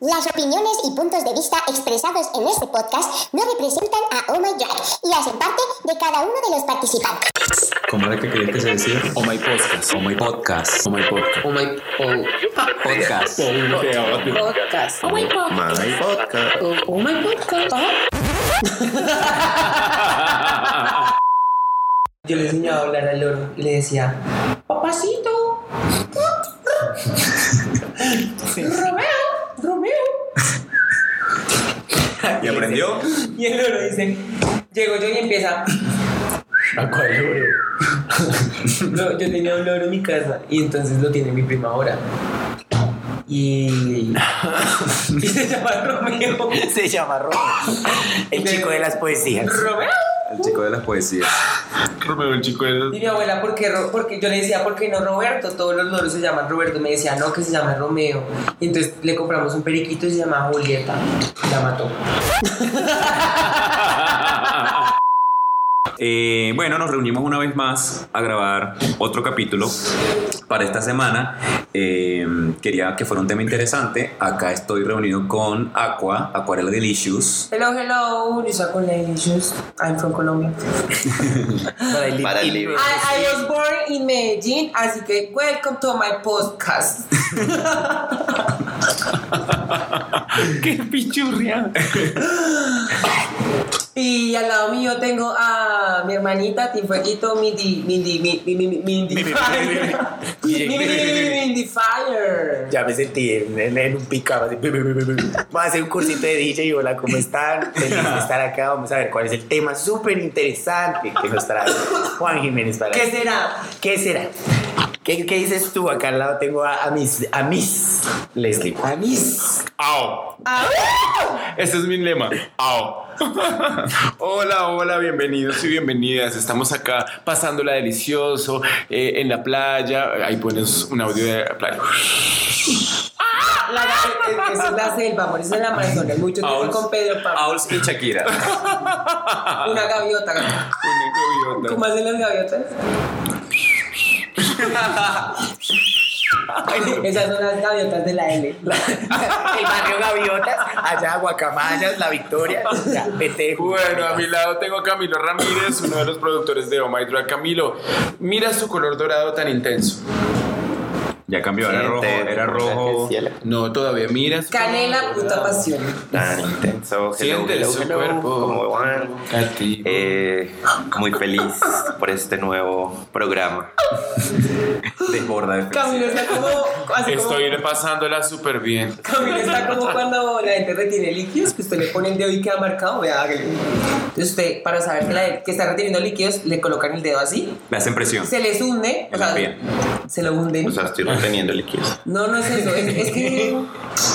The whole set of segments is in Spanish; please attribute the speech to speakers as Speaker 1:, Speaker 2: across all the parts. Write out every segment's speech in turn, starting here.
Speaker 1: Las opiniones y puntos de vista expresados en este podcast no representan a Oh My God y hacen parte de cada uno de los participantes.
Speaker 2: ¿Cómo era que querías que se decía?
Speaker 3: Oh my podcast.
Speaker 2: Oh my Este podcast.
Speaker 3: Oh my podcast.
Speaker 4: Oh my oh,
Speaker 3: podcast.
Speaker 4: podcast.
Speaker 5: Oh my podcast.
Speaker 2: My podcast.
Speaker 5: Oh, oh my podcast.
Speaker 6: Yo le enseñaba a hablar al oro y le decía, papacito. Romeo, Romeo.
Speaker 2: ¿Y aprendió?
Speaker 6: Y el oro dice, llego yo y empieza.
Speaker 2: ¿A cuál loro?
Speaker 6: No, yo tenía un loro en mi casa y entonces lo tiene mi prima ahora. Y, y se llama Romeo.
Speaker 5: Se llama Romeo. El chico de las poesías.
Speaker 6: Romeo.
Speaker 2: El chico de las poesías. Romeo, el chico de
Speaker 6: Y mi abuela, ¿por qué Ro- porque yo le decía, ¿por qué no Roberto? Todos los loros se llaman Roberto. Me decía, no, que se llama Romeo. Y entonces le compramos un periquito y se llama Julieta. La mató.
Speaker 2: Eh, bueno, nos reunimos una vez más a grabar otro capítulo para esta semana. Eh, quería que fuera un tema interesante. Acá estoy reunido con Aqua, Acuarela Delicious.
Speaker 6: Hello, hello. Lisa con Delicious. I'm from Colombia.
Speaker 5: Para el-
Speaker 4: Para el
Speaker 5: y-
Speaker 4: libro.
Speaker 6: I, I was born in Medellín, así que welcome to my podcast.
Speaker 5: Qué pichurria.
Speaker 6: Y al lado mío tengo a mi hermanita Tinfueguito Mindy Mindy Mindy Mindy Mindy
Speaker 5: Mindy,
Speaker 6: Fire.
Speaker 5: Mindy,
Speaker 6: Mindy,
Speaker 5: Mindy,
Speaker 6: Mindy,
Speaker 5: Mindy.
Speaker 6: Mindy Fire.
Speaker 5: Ya me sentí en, en- en un picado así. Vamos a hacer un cursito de DJ y hola, ¿cómo están? Feliz de estar acá. Vamos a ver cuál es el tema súper interesante que nos trae Juan Jiménez para
Speaker 6: ¿Qué será?
Speaker 5: ¿Qué será? ¿Qué, qué dices tú? Acá al lado tengo a, a mis a mis Leslie.
Speaker 6: A mis.
Speaker 7: Ao. Ese es mi lema. Ao. hola, hola, bienvenidos y bienvenidas. Estamos acá pasándola delicioso eh, en la playa. Ahí pones un audio de la playa.
Speaker 6: La, esa es la selva, amor, esa es la Amazonas. Mucho tiempo
Speaker 2: Owls.
Speaker 6: con Pedro Pablo.
Speaker 2: Owls y Shakira.
Speaker 6: Una gaviota.
Speaker 7: Una
Speaker 6: ¿Cómo
Speaker 7: gaviota.
Speaker 6: hacen las gaviotas? Esas son las gaviotas de la L.
Speaker 5: El barrio Gaviotas, allá Guacamayas, La Victoria. Ya, vete.
Speaker 7: Bueno, a mi lado tengo a Camilo Ramírez, uno de los productores de Oh My Drag. Camilo, mira su color dorado tan intenso.
Speaker 2: Ya cambió, era rojo, era rojo.
Speaker 7: No, todavía miras.
Speaker 6: Canela, puta pasión.
Speaker 4: Tan intenso. Hello,
Speaker 7: Siente
Speaker 4: hello,
Speaker 7: su
Speaker 4: hello.
Speaker 7: cuerpo.
Speaker 4: ¿Cómo van?
Speaker 7: Cati.
Speaker 4: Eh, muy feliz por este nuevo programa.
Speaker 2: Desborda de
Speaker 6: Camilo está como. Así como-
Speaker 7: Estoy pasándola súper bien.
Speaker 6: Camilo está como cuando la gente retiene líquidos, que usted le pone el dedo y queda marcado, vea, hágale. Entonces usted, para saber que, la- que está reteniendo líquidos, le colocan el dedo así,
Speaker 2: Le hacen presión.
Speaker 6: se les hunde, o
Speaker 2: En la
Speaker 6: sea,
Speaker 2: piel.
Speaker 6: se lo hunden.
Speaker 4: O sea, estoy reteniendo líquidos.
Speaker 6: No, no es eso, es, es que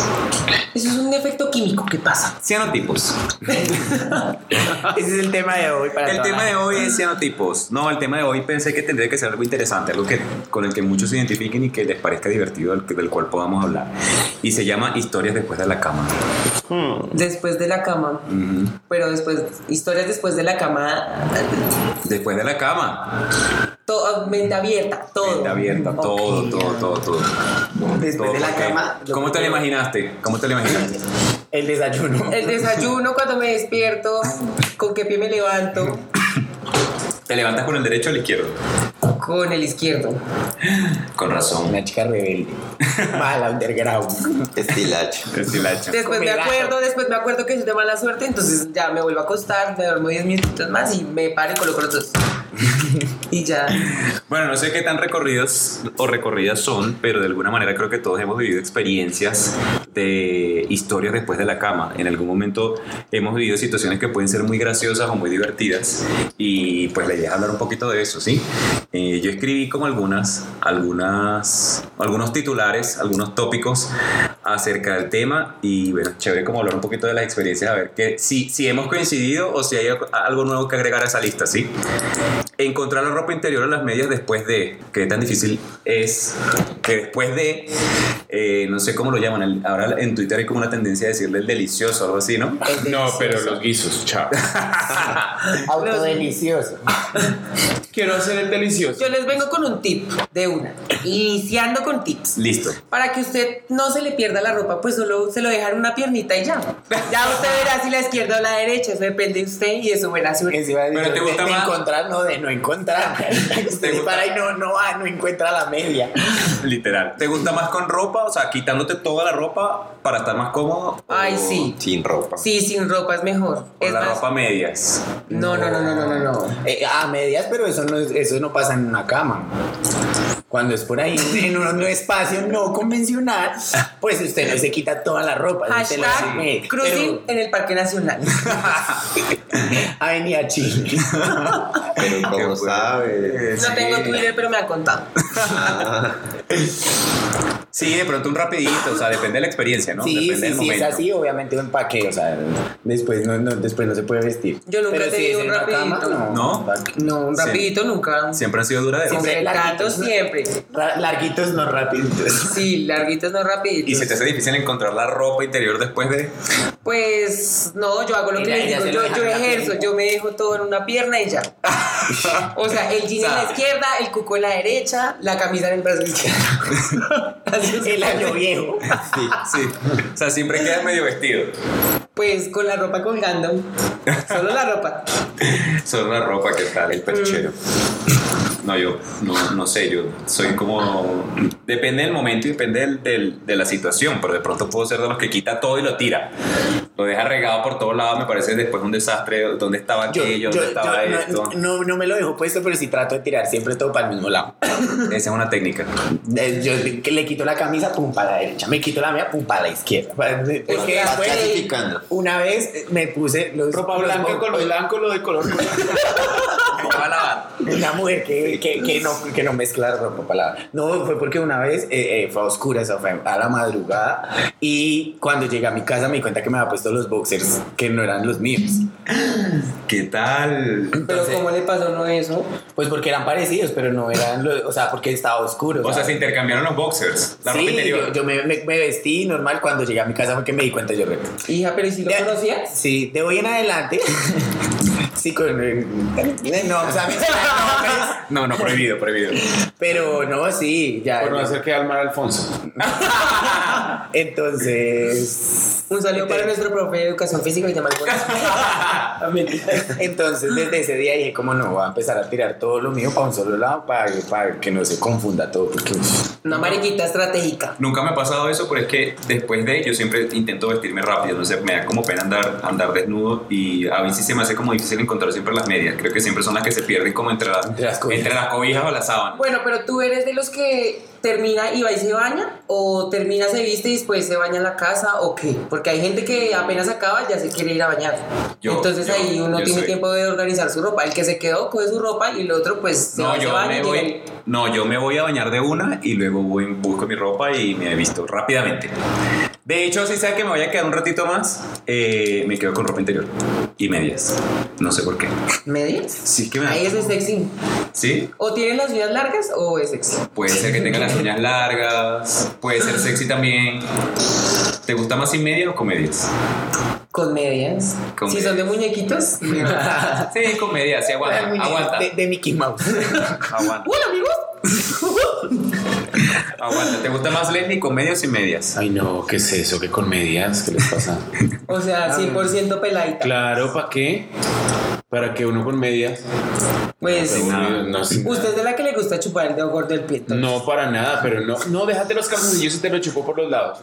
Speaker 6: eso es un efecto químico que pasa.
Speaker 2: Cianotipos.
Speaker 5: Ese es el tema de hoy para
Speaker 2: El
Speaker 5: toda
Speaker 2: tema
Speaker 5: la-
Speaker 2: de hoy es cianotipos. No, el tema de hoy pensé que tendría que ser algo interesante, algo que, con el que muchos se identifiquen y que les parezca divertido, del, que- del cual podamos hablar. Y se llama Historias después de la cama.
Speaker 6: Después de la cama, pero después, historias después de la cama,
Speaker 2: Después de la cama.
Speaker 6: todo, mente abierta, todo.
Speaker 2: Está abierta, todo,
Speaker 6: Ok.
Speaker 2: todo, todo, todo.
Speaker 5: Después
Speaker 2: Todo,
Speaker 5: de la
Speaker 2: porque-
Speaker 5: cama, lo
Speaker 2: ¿Cómo te lo
Speaker 5: primero-
Speaker 2: imaginaste? ¿Cómo te lo imaginaste?
Speaker 5: El desayuno.
Speaker 6: El desayuno cuando me despierto, con qué pie me levanto,
Speaker 2: ¿Te levantas con el derecho o el izquierdo?
Speaker 6: con el izquierdo.
Speaker 2: Con razón.
Speaker 5: Una chica rebelde. Mala, underground.
Speaker 4: Estilacho.
Speaker 2: Estilacho.
Speaker 6: Después me
Speaker 5: Comelazo.
Speaker 6: acuerdo, después me acuerdo que soy de mala suerte, entonces ya me vuelvo a acostar, me duermo 10 minutitos más y me paro y coloco los dos. y ya.
Speaker 2: Bueno, no sé qué tan recorridos o recorridas son, pero de alguna manera creo que todos hemos vivido experiencias este, historias después de la cama. En algún momento hemos vivido situaciones que pueden ser muy graciosas o muy divertidas y pues la idea es hablar un poquito de eso, ¿sí? Eh, yo escribí como algunas, algunas, algunos titulares, algunos tópicos acerca del tema y bueno, chévere como hablar un poquito de las experiencias, a ver que, si, si hemos coincidido o si hay algo nuevo que agregar a esa lista, ¿sí? Encontrar la ropa interior o las medias después de, que tan difícil es que después de, eh, no sé cómo lo llaman, el- ahora en Twitter hay como una tendencia a decirle el delicioso, algo así, ¿no?
Speaker 7: No, pero los guisos, chao.
Speaker 5: Autodelicioso.
Speaker 7: Quiero hacer el delicioso.
Speaker 6: Yo les vengo con un tip de una. Iniciando con tips.
Speaker 2: Listo.
Speaker 6: Para que usted no se le pierda la ropa, pues solo se lo dejan una piernita y ya. Ya usted verá si la izquierda o la derecha, eso depende de usted y de su buena suerte.
Speaker 5: Encima de-
Speaker 2: Pero te gusta
Speaker 5: de
Speaker 2: más-
Speaker 5: encontrar, no, de no encontrar. Usted para y no, no, va, no encuentra la media.
Speaker 2: Literal. ¿Te gusta más con ropa? O sea, quitándote toda la ropa para estar más cómodo. o
Speaker 6: Ay, sí.
Speaker 4: Sin ropa.
Speaker 6: Sí, sin ropa es mejor.
Speaker 2: Con
Speaker 6: Es
Speaker 2: la
Speaker 6: más-
Speaker 2: ropa medias.
Speaker 6: No, no, no, no, no, no, no.
Speaker 5: Eh, a medias, pero eso no, es- eso no pasa en una cama. Cuando es por ahí, en un, un espacio no convencional, pues usted no se quita toda la ropa. usted la hace media.
Speaker 6: Hashtag cruising
Speaker 5: Pero-
Speaker 6: en el Parque Nacional.
Speaker 5: Avenida Chile.
Speaker 4: Pero como
Speaker 2: Eh,
Speaker 4: sabes.
Speaker 6: No tengo Twitter, pero me han contado.
Speaker 2: Sí, de pronto un rapidito, o sea, depende de la experiencia, ¿no?
Speaker 5: sí,
Speaker 2: depende
Speaker 5: sí, sí, es así, obviamente un empaque, o sea, después no, no, después no se puede vestir.
Speaker 6: Yo nunca he
Speaker 5: pero si es
Speaker 6: tenido
Speaker 5: en
Speaker 6: un
Speaker 5: una cama,
Speaker 6: rapidito.
Speaker 2: ¿No.
Speaker 6: No, un
Speaker 2: Sí.
Speaker 6: rapidito nunca.
Speaker 2: Siempre han sido duraderos.
Speaker 6: Con
Speaker 5: Siempre
Speaker 6: el gato
Speaker 5: larguitos, ¿no?
Speaker 6: siempre.
Speaker 5: Ra- larguitos, no rápidos.
Speaker 6: Sí, larguitos no rapiditos.
Speaker 2: Y se te hace difícil encontrar la ropa interior después de.
Speaker 6: Pues no, yo hago lo que
Speaker 5: Mira,
Speaker 6: les
Speaker 5: ella
Speaker 6: digo,
Speaker 5: se lo
Speaker 6: yo,
Speaker 5: deja
Speaker 6: yo
Speaker 5: en la
Speaker 6: ejerzo,
Speaker 5: pierna.
Speaker 6: yo me dejo todo en una pierna y ya. O sea, el jean en la izquierda, el cuco en la derecha, la camisa en el brazo izquierdo. Así es.
Speaker 5: El año viejo.
Speaker 2: Sí, sí. O sea, siempre quedas medio vestido.
Speaker 6: Pues con la ropa colgando, solo la ropa.
Speaker 2: Solo la ropa, ¿qué tal? El perchero. No, yo no, no sé, yo soy como... Depende del momento y depende del- del- de la situación, pero de pronto puedo ser de los que quita todo y lo tira. Lo deja regado por todos lados, me parece después un desastre. ¿Dónde estaba
Speaker 5: Yo,
Speaker 2: aquello?
Speaker 5: yo-
Speaker 2: ¿Dónde estaba
Speaker 5: yo no-
Speaker 2: esto?
Speaker 5: no, no me lo dejo puesto, pero sí trato de tirar siempre todo para el mismo lado.
Speaker 2: Esa es una técnica.
Speaker 5: Eh, Yo que le quito la camisa, pum, para la derecha. Me quito la mía, pum, para la izquierda. Porque
Speaker 6: Vas
Speaker 5: después,
Speaker 4: clasificando.
Speaker 5: una vez eh, me puse los,
Speaker 7: Ropa
Speaker 5: los
Speaker 7: blanca
Speaker 5: bo-
Speaker 7: con lo blanco, lo de color. con lo-
Speaker 5: Una mujer que, que, que no, que no mezcla ropa palabra. No, fue porque una vez eh, eh, fue a oscuras, o fue a la madrugada. Y cuando llegué a mi casa me di cuenta que me había puesto los boxers que no eran los míos.
Speaker 2: ¿Qué tal?
Speaker 6: Pero ¿cómo le pasó a uno eso?
Speaker 5: Pues porque eran parecidos, pero no eran los. O sea, porque estaba oscuro.
Speaker 2: O sea, se
Speaker 5: ¿sabes?
Speaker 2: intercambiaron los boxers. La ropa
Speaker 5: sí,
Speaker 2: interior.
Speaker 5: yo, yo me, me- me vestí normal cuando llegué a mi casa porque me di cuenta yo reto.
Speaker 6: Hija, pero ¿y si lo
Speaker 5: De-
Speaker 6: conocías?
Speaker 5: Sí, de hoy en adelante. sí, con. eh, No, o sea, mezclar nombres,
Speaker 2: No, no, prohibido, prohibido.
Speaker 5: pero no, sí, ya.
Speaker 7: Por no hacer que al mar Alfonso.
Speaker 5: Entonces.
Speaker 6: Un saludo para nuestro profe de educación física y llamar Ah,
Speaker 5: Entonces, desde ese día dije, como no, voy a empezar a tirar todo lo mío para un solo lado para, para que no se confunda todo. Porque
Speaker 6: Una mariquita estratégica.
Speaker 2: Nunca me ha pasado eso, pero es que después de yo siempre intento vestirme rápido, no sé, me da como pena andar, andar desnudo y a veces se me hace como difícil encontrar siempre las medias. Creo que siempre son las que se pierden como entre, la-
Speaker 5: Entre las cobijas.
Speaker 2: entre las cobijas o las sábanas.
Speaker 6: Bueno, pero tú eres de los que termina y va y se baña, o termina, se viste y después se baña en la casa, o qué? Porque hay gente que apenas acaba ya se quiere ir a bañar.
Speaker 2: Yo-
Speaker 6: Entonces
Speaker 2: yo-
Speaker 6: ahí uno
Speaker 2: yo
Speaker 6: tiene
Speaker 2: soy-
Speaker 6: tiempo de organizar su ropa. El que se quedó coge su ropa y el otro pues se
Speaker 2: No
Speaker 6: va, se
Speaker 2: yo,
Speaker 6: baña
Speaker 2: me
Speaker 6: y
Speaker 2: voy,
Speaker 6: llega-
Speaker 2: no, yo me voy a bañar de una y luego voy, busco mi ropa y me visto rápidamente. De hecho, si sé que me voy a quedar un ratito más, eh, me quedo con ropa interior y medias. No sé por qué.
Speaker 6: ¿Medias?
Speaker 2: Sí, que me da
Speaker 6: Ahí eso es sexy.
Speaker 2: ¿Sí?
Speaker 6: O tienen las uñas largas o es sexy.
Speaker 2: Puede ser que tenga las uñas largas, puede ser sexy también. ¿Te gusta más sin medias o con medias?
Speaker 6: Con medias.
Speaker 2: Con
Speaker 6: si
Speaker 2: medias.
Speaker 6: son de muñequitos.
Speaker 2: Sí, con medias, sí, aguanta, aguanta,
Speaker 5: De, de Mickey Mouse.
Speaker 2: aguanta,
Speaker 6: Hola amigos.
Speaker 2: aguanta. ¿Te gusta más Lenny con medias o sin medias?
Speaker 7: Ay, no, ¿qué es eso? ¿Qué comedias? ¿Qué les pasa?
Speaker 6: O sea, 100% peladita.
Speaker 7: Ah, Claro, ¿para qué? Para que uno con medias.
Speaker 6: Pues
Speaker 7: Pero
Speaker 2: nada.
Speaker 7: no, sin nada.
Speaker 6: usted es de la que le gusta chupar el dedo gordo del pie. entonces.
Speaker 7: No, para nada, pero no. No, déjate los calzoncillos y te lo chupó por los lados.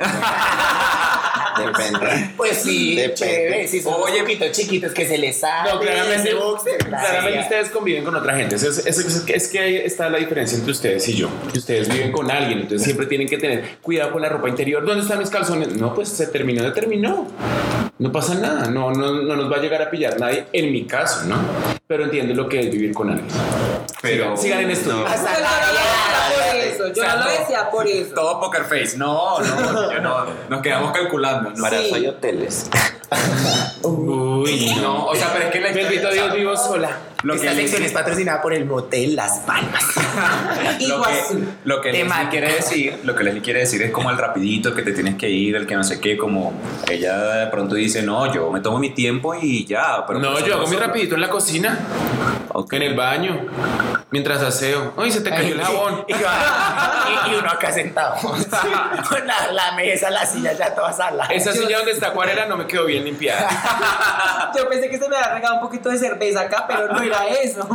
Speaker 5: repente. Pues sí,
Speaker 7: Depende.
Speaker 5: chévere. Si son Oye, poquitos chiquitos que se les sale.
Speaker 7: No, claramente,
Speaker 5: ese boxer, la
Speaker 7: claramente
Speaker 5: sea.
Speaker 7: ustedes conviven con otra gente. Eso Es, eso es- es que ahí está la diferencia entre ustedes y yo. Que ustedes viven con alguien, entonces siempre tienen que tener cuidado con la ropa interior. ¿Dónde están mis calzones? No, pues se terminó, se terminó. No pasa nada. No, no, no nos va a llegar a pillar nadie, en mi caso, ¿no? Pero entiendo lo que es vivir con alguien. Pero sigan en esto.
Speaker 6: Yo no lo decía por eso, yo no lo decía por eso.
Speaker 2: Todo poker face. No, no, yo no. Nos quedamos calculando. ¿no?
Speaker 4: Para eso hay
Speaker 2: hoteles. Uy, no. O sea, pero es que la historia-
Speaker 5: Bendito Dios, vivo sola.
Speaker 2: Lo
Speaker 5: Esta
Speaker 2: que-
Speaker 5: sección es patrocinada por el motel Las Palmas.
Speaker 2: lo que, lo que Leslie
Speaker 5: Temático.
Speaker 2: quiere decir, lo que Leslie quiere decir es como el rapidito que te tienes que ir, el que no sé qué, como ella de pronto dice, no, yo me tomo mi tiempo y ya. Pero
Speaker 7: No,
Speaker 2: pues,
Speaker 7: yo hago mi
Speaker 2: solo-
Speaker 7: rapidito en la cocina. En el baño. Mientras aseo. Ay, se te cayó el jabón.
Speaker 5: Y, yo, ah, y- y uno acá sentado. Con la, la mesa, la silla ya toda salada.
Speaker 7: Esa silla donde está acuarela no me quedó bien limpiada.
Speaker 6: Yo pensé que se me había regado un poquito de cerveza acá, pero no era eso.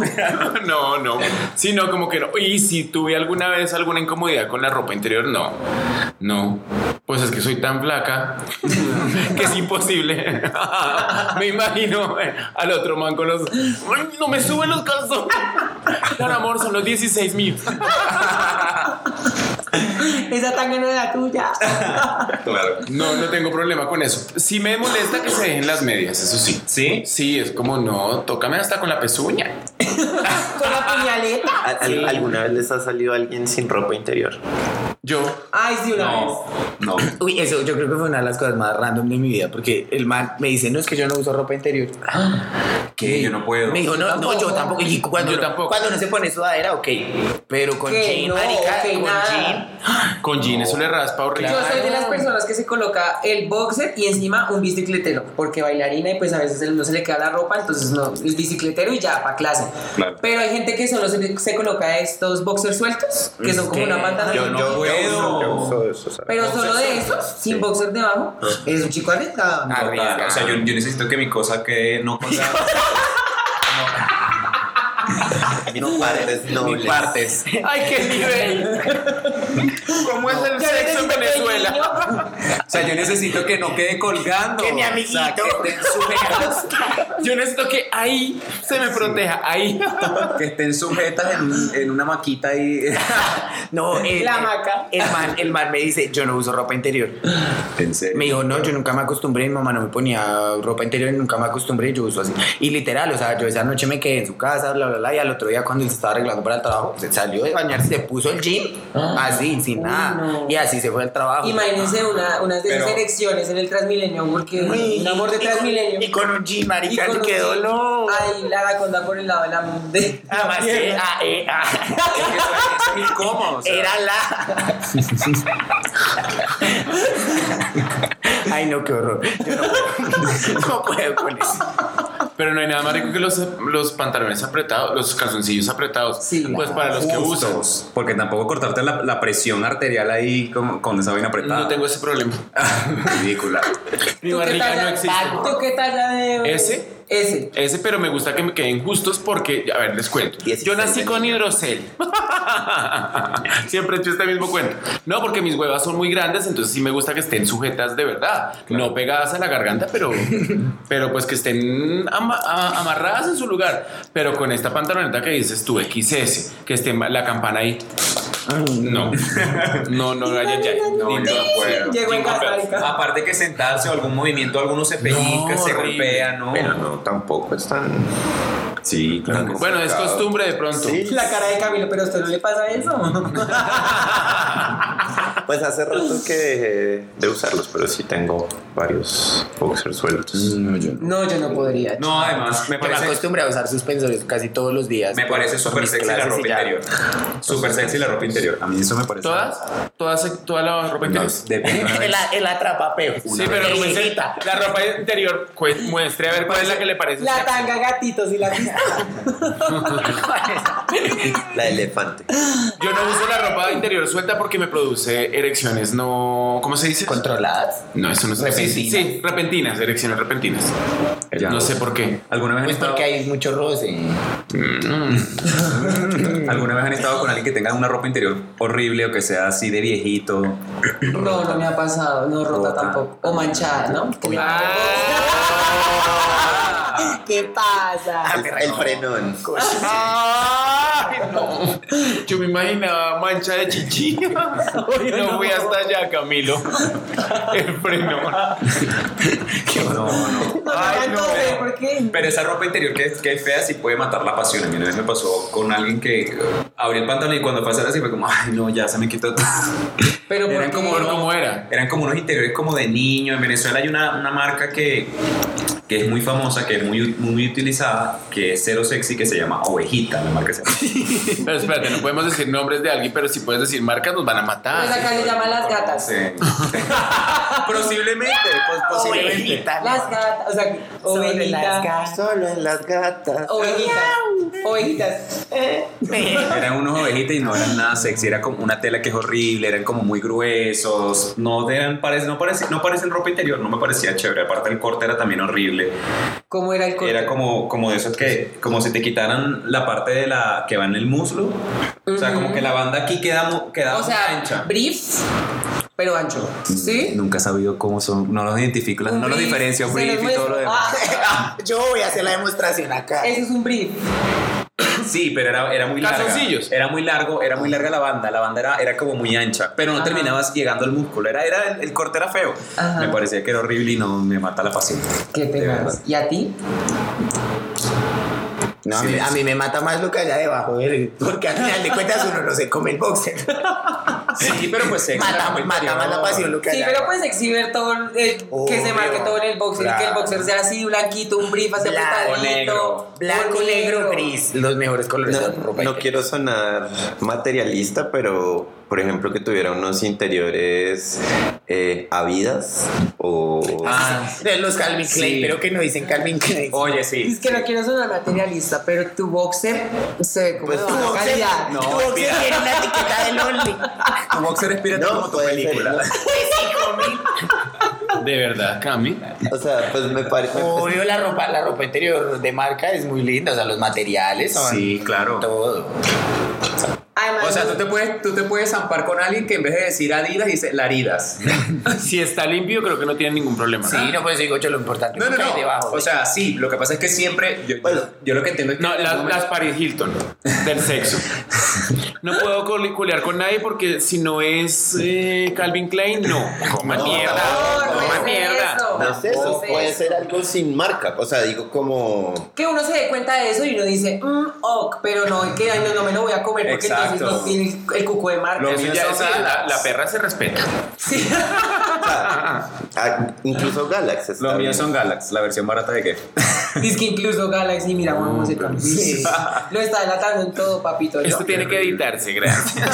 Speaker 7: No, no. Sino como que no. Y si tuve alguna vez alguna incomodidad con la ropa interior, no. No. Pues es que soy tan flaca que es imposible. ah, Me imagino eh, al otro man con los. "Ay, No me suben los calzones. Claro, amor, son los 16 mil.
Speaker 6: Esa tanga no era tuya.
Speaker 7: No, no tengo problema con eso. Si me molesta que se dejen las medias, eso sí. ¿Sí? Sí, es como no, tócame hasta con la pezuña.
Speaker 6: Con la puñaleta.
Speaker 4: ¿Al- al- ¿Alguna vez les ha salido alguien sin ropa interior?
Speaker 7: Yo.
Speaker 6: Ay, sí, una vez.
Speaker 2: No.
Speaker 5: Uy, eso yo creo que fue una de las cosas más random de mi vida. Porque el man me dice, no, es que yo no uso ropa interior.
Speaker 2: Que yo no puedo.
Speaker 5: Me dijo, no, no, yo tampoco. Y cuando,
Speaker 7: Yo
Speaker 5: no,
Speaker 7: tampoco.
Speaker 5: cuando no se pone sudadera, ok. Pero con
Speaker 6: Que
Speaker 5: jean,
Speaker 6: no,
Speaker 5: marica,
Speaker 6: que
Speaker 5: con
Speaker 6: nada.
Speaker 5: jean.
Speaker 7: Con jean, eso le raspa horrible.
Speaker 6: Yo soy de las personas que se coloca el boxer y encima un bicicletero, porque bailarina y pues a veces no se le queda la ropa, entonces no, el bicicletero y ya, para clase.
Speaker 2: Claro.
Speaker 6: Pero hay gente que solo se, se coloca estos boxers sueltos, que son como
Speaker 5: que
Speaker 6: una pantalla.
Speaker 2: yo no puedo.
Speaker 4: Yo uso de esos, ¿sabes?
Speaker 6: Pero solo de esos, sin boxer debajo, es un chico arriesgado.
Speaker 2: Total, O sea, yo, yo necesito que mi cosa que no con la-
Speaker 4: Mis partes
Speaker 2: mis
Speaker 4: nobles.
Speaker 2: partes.
Speaker 7: Ay, qué nivel. ¿Cómo es el
Speaker 6: Yo
Speaker 7: sexo en
Speaker 6: necesito que el
Speaker 7: Venezuela?
Speaker 6: niño-
Speaker 2: O sea, yo necesito que no quede colgando.
Speaker 5: Que mi
Speaker 2: O sea,
Speaker 5: amiguito.
Speaker 2: que estén sujetas,
Speaker 7: Yo necesito que ahí se me proteja, ahí.
Speaker 2: que estén sujetas en, un- en una maquita y
Speaker 5: No, el,
Speaker 6: La hamaca.
Speaker 5: El man, el man me dice, yo no uso ropa interior.
Speaker 2: en serio.
Speaker 5: Me dijo, no, yo nunca me acostumbré, mi mamá no me ponía ropa interior, nunca me acostumbré, yo uso así. Y literal, o sea, yo esa noche me quedé en su casa, bla, bla, bla, y al otro día cuando él se estaba arreglando para el trabajo, se salió de bañarse, se puso el jean, así, sin nada.
Speaker 6: Ah. no.
Speaker 5: Y así se fue al
Speaker 7: Ah.
Speaker 5: trabajo.
Speaker 6: Imagínense una, unas de esas
Speaker 2: Pero-
Speaker 6: elecciones en el Transmilenio, porque
Speaker 5: Uy,
Speaker 6: un amor de
Speaker 5: y con-
Speaker 6: Transmilenio.
Speaker 5: Y con un jean, marica,
Speaker 6: con
Speaker 5: qué
Speaker 6: un-
Speaker 5: dolor.
Speaker 6: Ay, la anaconda por el lado de la. de-
Speaker 5: Además, eh, ah, eh, ah.
Speaker 2: Es que eso es- eso es incómodo. o sea.
Speaker 5: Era la. Ay, no, qué horror. Yo no puedo, no puedo con eso.
Speaker 7: Pero no hay nada más rico que los, los pantalones apretados, los calzoncillos apretados.
Speaker 6: Sí,
Speaker 7: pues para los que usan.
Speaker 2: Justos, Porque tampoco cortarte la, la presión arterial ahí con, con esa vaina apretada.
Speaker 7: No
Speaker 5: Ah.
Speaker 7: tengo ese problema.
Speaker 2: Ridícula.
Speaker 7: Mi
Speaker 6: ¿Tú qué
Speaker 7: barriga
Speaker 6: talla-
Speaker 7: no existe.
Speaker 6: ¿Tú qué talla de.?
Speaker 7: ¿Ese?
Speaker 6: Ese.
Speaker 7: Ese, pero me gusta que me queden justos porque, a ver, les cuento. Yo nací con hidrocel. Siempre he hecho este mismo cuento. No, porque mis huevas son muy grandes, entonces sí me gusta que estén sujetas de verdad. No pegadas a la garganta, pero, pero pues que estén ama- a- amarradas en su lugar. Pero con esta pantaloneta que dices tú, XS, que esté ma- la campana ahí. No, no, no, ay, ay, ay.
Speaker 2: No, yo no puedo.
Speaker 6: Llegó en
Speaker 2: Cinco
Speaker 6: casa,
Speaker 2: pesos. Ah,
Speaker 6: marica.
Speaker 2: Aparte que sentarse o algún movimiento, alguno se pellizca, se
Speaker 7: horrible.
Speaker 2: golpea, ¿no?
Speaker 4: Pero no, tampoco es tan.
Speaker 2: Sí, claro. que sí.
Speaker 7: Bueno, es costumbre de pronto.
Speaker 4: Sí.
Speaker 6: La cara de Camilo, pero a usted no le pasa eso.
Speaker 4: Pues hace rato que dejé de usarlos, pero sí tengo varios boxers sueltos.
Speaker 5: Mm,
Speaker 6: no, yo no podría.
Speaker 2: No, además, me
Speaker 5: Yo me
Speaker 2: parece,
Speaker 5: acostumbré a usar suspensores casi todos los días.
Speaker 2: me
Speaker 5: por-
Speaker 2: parece
Speaker 5: por
Speaker 2: súper
Speaker 5: mis
Speaker 2: sexy la
Speaker 5: clases y
Speaker 2: ropa
Speaker 5: ya.
Speaker 2: interior. Súper sexy la ropa interior. A mí eso me parece.
Speaker 7: ¿Todas? ¿Todas? ¿Toda la ropa
Speaker 2: No,
Speaker 7: interior?
Speaker 2: depende.
Speaker 5: El, el atrapapeo.
Speaker 7: Sí, pero pues, el- la ropa interior, pues, muestre a ver cuál es la que le parece.
Speaker 6: La
Speaker 7: sexy.
Speaker 6: tanga gatitos y la
Speaker 4: La elefante.
Speaker 7: Yo no uso la ropa interior suelta porque me produce erecciones no. ¿Cómo se dice?
Speaker 5: ¿Controladas?
Speaker 7: No, eso no es
Speaker 5: sí, sí, repentinas, erecciones repentinas. no sé por qué.
Speaker 2: ¿Alguna vez
Speaker 8: Pues porque hay mucho roce.
Speaker 2: ¿Alguna vez han estado con alguien que tenga una ropa interior horrible o que sea así de viejito?
Speaker 6: No, no me ha pasado, no rota tampoco. O manchada, ¿no?
Speaker 7: Ah,
Speaker 2: Ah.
Speaker 9: ¿Qué pasa?
Speaker 8: El frenón.
Speaker 5: ¡Ay, no! Yo me imaginaba mancha de chichi. Y no fui hasta allá, Camilo. El freno.
Speaker 2: No, no.
Speaker 6: Ay, no. ¿Por qué?
Speaker 2: Pero esa ropa interior que, que es fea sí puede matar la pasión. A mí una vez me pasó con alguien que abrió el pantalón y cuando fue a hacer así fue como, ay, no, ya se me quitó todo.
Speaker 6: Pero ¿por
Speaker 2: Eran
Speaker 6: qué?
Speaker 2: como,
Speaker 5: ¿Cómo era?
Speaker 2: eran como unos interiores como de niño. En Venezuela hay una, una marca que, que es muy famosa, que es muy, muy utilizada, que es cero sexy, que se llama Ovejita, la marca se llama.
Speaker 5: Pero espérate, no podemos decir nombres de alguien, pero si puedes decir marcas, nos van a
Speaker 6: Pues
Speaker 5: matar.
Speaker 6: acá le llaman las gatas.
Speaker 2: posiblemente, pues, posiblemente.
Speaker 6: Las gatas, o sea, ovejitas.
Speaker 8: Solo en las gatas.
Speaker 6: Ovejitas. Ovejitas.
Speaker 2: Eran unos ovejitas y no eran nada sexy, era como una tela que es horrible, eran como muy gruesos, no eran, parec- no, parec- no parecen ropa interior, no me parecía chévere, aparte el corte era también horrible.
Speaker 6: ¿Cómo era el corte?
Speaker 2: Era como, como de esos que, como si te quitaran la parte de la que va en el muslo, o sea, como que la banda aquí queda, mu- queda
Speaker 6: o sea,
Speaker 2: ancha.
Speaker 6: brief, pero ancho. ¿Sí?
Speaker 2: Nunca he sabido cómo son, no los identifico,
Speaker 6: Un
Speaker 2: no los
Speaker 6: brief,
Speaker 2: diferencio,
Speaker 6: se
Speaker 2: brief
Speaker 6: los
Speaker 2: y todo lo
Speaker 6: muestro.
Speaker 2: demás.
Speaker 6: Ah,
Speaker 8: Yo voy a hacer la demostración acá.
Speaker 6: Eso es un brief.
Speaker 2: Sí, pero era, era muy larga.
Speaker 5: Calzoncillos.
Speaker 2: Era muy largo, era muy larga la banda. La banda era, era como muy ancha, pero no
Speaker 6: Ajá.
Speaker 2: terminabas llegando al músculo. Era, era el, el corte era feo.
Speaker 6: Ajá.
Speaker 2: Me parecía que era horrible y no me mata la pasión.
Speaker 6: Qué
Speaker 2: De verdad.
Speaker 6: pegas. ¿Y a ti?
Speaker 8: No, a,
Speaker 2: Sí,
Speaker 8: mí, a
Speaker 2: sí.
Speaker 8: mí me mata más lo que allá debajo, del- porque al final de cuentas uno no se come el boxer.
Speaker 2: Sí, pero pues sexy, la
Speaker 8: mata,
Speaker 2: ropa
Speaker 8: mata más la
Speaker 2: interior.
Speaker 8: pasión lo que
Speaker 6: Sí,
Speaker 8: allá
Speaker 6: pero pues,
Speaker 8: debajo.
Speaker 6: puedes exhibir todo, el- el- que se
Speaker 8: Obvio.
Speaker 6: marque todo en el boxer y que el
Speaker 8: Claro.
Speaker 6: boxer sea así, blanquito, un brief, así
Speaker 8: Blanco,
Speaker 6: apretadito.
Speaker 2: negro.
Speaker 8: Blanco,
Speaker 6: un
Speaker 8: negro, gris. Los mejores colores de la ropa.
Speaker 10: No quiero sonar materialista, pero por ejemplo que tuviera unos interiores eh, habidas o...
Speaker 2: Ah,
Speaker 8: De los Calvin Klein,
Speaker 2: Sí.
Speaker 8: pero que no dicen Calvin Klein.
Speaker 2: oye, sí.
Speaker 6: Es que no quiero sonar materialista, pero tu boxer se ve como
Speaker 10: Pues
Speaker 6: de
Speaker 10: tu
Speaker 6: baja calidad.
Speaker 2: no,
Speaker 8: tu boxer
Speaker 2: mira.
Speaker 8: tiene una etiqueta del Only.
Speaker 2: Tu boxer es pirata como tu
Speaker 10: puede ser,
Speaker 2: película.
Speaker 10: ¿no?
Speaker 5: De verdad, Cami.
Speaker 10: O sea, pues me parece...
Speaker 8: Obvio, la ropa, la ropa interior de marca es muy linda. O sea, los materiales son
Speaker 2: Sí, claro.
Speaker 8: todo.
Speaker 6: Además,
Speaker 2: O sea, tú te puedes, tú te puedes zampar con alguien que en vez de decir Adidas dice Laridas.
Speaker 5: Si está limpio, creo que no tiene ningún problema.
Speaker 8: Sí, no, pues digo yo lo importante
Speaker 2: No,
Speaker 8: es lo
Speaker 2: no,
Speaker 8: que hay
Speaker 2: no.
Speaker 8: debajo.
Speaker 2: O sea, sí. Lo que pasa es que siempre, yo, yo lo que entiendo es que
Speaker 5: No, las, las Paris Hilton del sexo. No puedo coliculear con nadie porque si no es eh, Calvin Klein, no. Coma mierda.
Speaker 6: no, no
Speaker 5: coma
Speaker 6: es
Speaker 5: mierda.
Speaker 6: eso.
Speaker 10: No es eso,
Speaker 6: No es
Speaker 10: puede
Speaker 6: eso.
Speaker 10: ser algo sin marca. O sea, digo como.
Speaker 6: que uno se dé cuenta de eso y uno dice, mmm, ok, pero no, que ay, no, no me lo voy a comer porque
Speaker 2: Exacto.
Speaker 6: entonces no tiene el cuco de marca.
Speaker 2: Lo
Speaker 5: Eso
Speaker 2: mío
Speaker 5: ya
Speaker 2: son
Speaker 5: es- la,
Speaker 2: alas.
Speaker 5: la perra se respeta.
Speaker 6: Sí.
Speaker 10: ah, incluso Galaxy. está
Speaker 2: Los
Speaker 10: bien.
Speaker 2: míos son Galax, la versión barata de qué.
Speaker 6: Dice que incluso Galaxy, mira cómo se cambió. Sí. Lo está delatando en todo, papito.
Speaker 5: Esto
Speaker 6: Yo.
Speaker 5: tiene que editarse, gracias.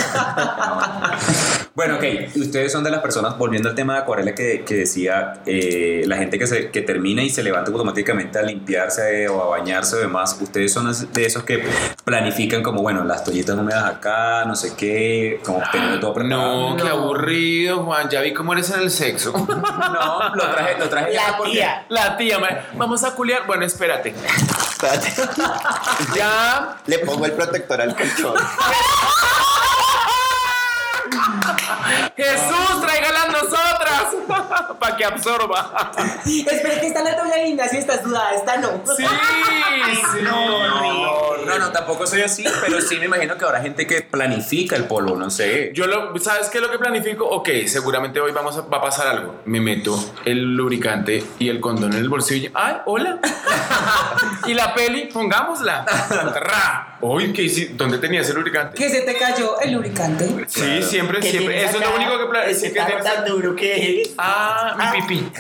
Speaker 2: Bueno, ok, ustedes son de las personas, volviendo al tema de acuarela que, que decía, eh, la gente que, se, que termina y se levanta automáticamente a limpiarse o a bañarse o demás, ustedes son de esos que planifican como, bueno, las toallitas húmedas acá, no sé qué, como teniendo todo preparado.
Speaker 5: Ah, No, qué aburrido, Juan. Ya vi cómo eres en el sexo.
Speaker 2: no, lo traje, lo traje.
Speaker 8: La
Speaker 2: porque-
Speaker 8: tía.
Speaker 5: La tía, ma- vamos a culiar. Bueno, espérate.
Speaker 10: Espérate.
Speaker 5: Ya.
Speaker 10: Le pongo el protector al colchón.
Speaker 5: Jesús, tráigala a nosotras para que absorba.
Speaker 6: Espera, que está la tabla linda, si está sudada, esta no.
Speaker 5: Sí, sí.
Speaker 2: No, no, no, tampoco soy así, pero sí me imagino que habrá gente que planifica el polvo, no sé.
Speaker 5: Yo lo, ¿sabes qué es lo que planifico? Ok, seguramente hoy vamos a, va a pasar algo. Me meto el lubricante y el condón en el bolsillo. ¡Ay, hola! y la peli, pongámosla. Ra. Uy, ¿qué hice? ¿Dónde tenías el lubricante?
Speaker 6: Que se te cayó el lubricante.
Speaker 5: Sí, siempre, siempre. Eso es lo único que
Speaker 8: planifico.
Speaker 5: planifico.
Speaker 8: Está tan duro que es.
Speaker 5: Ah, mi pipí.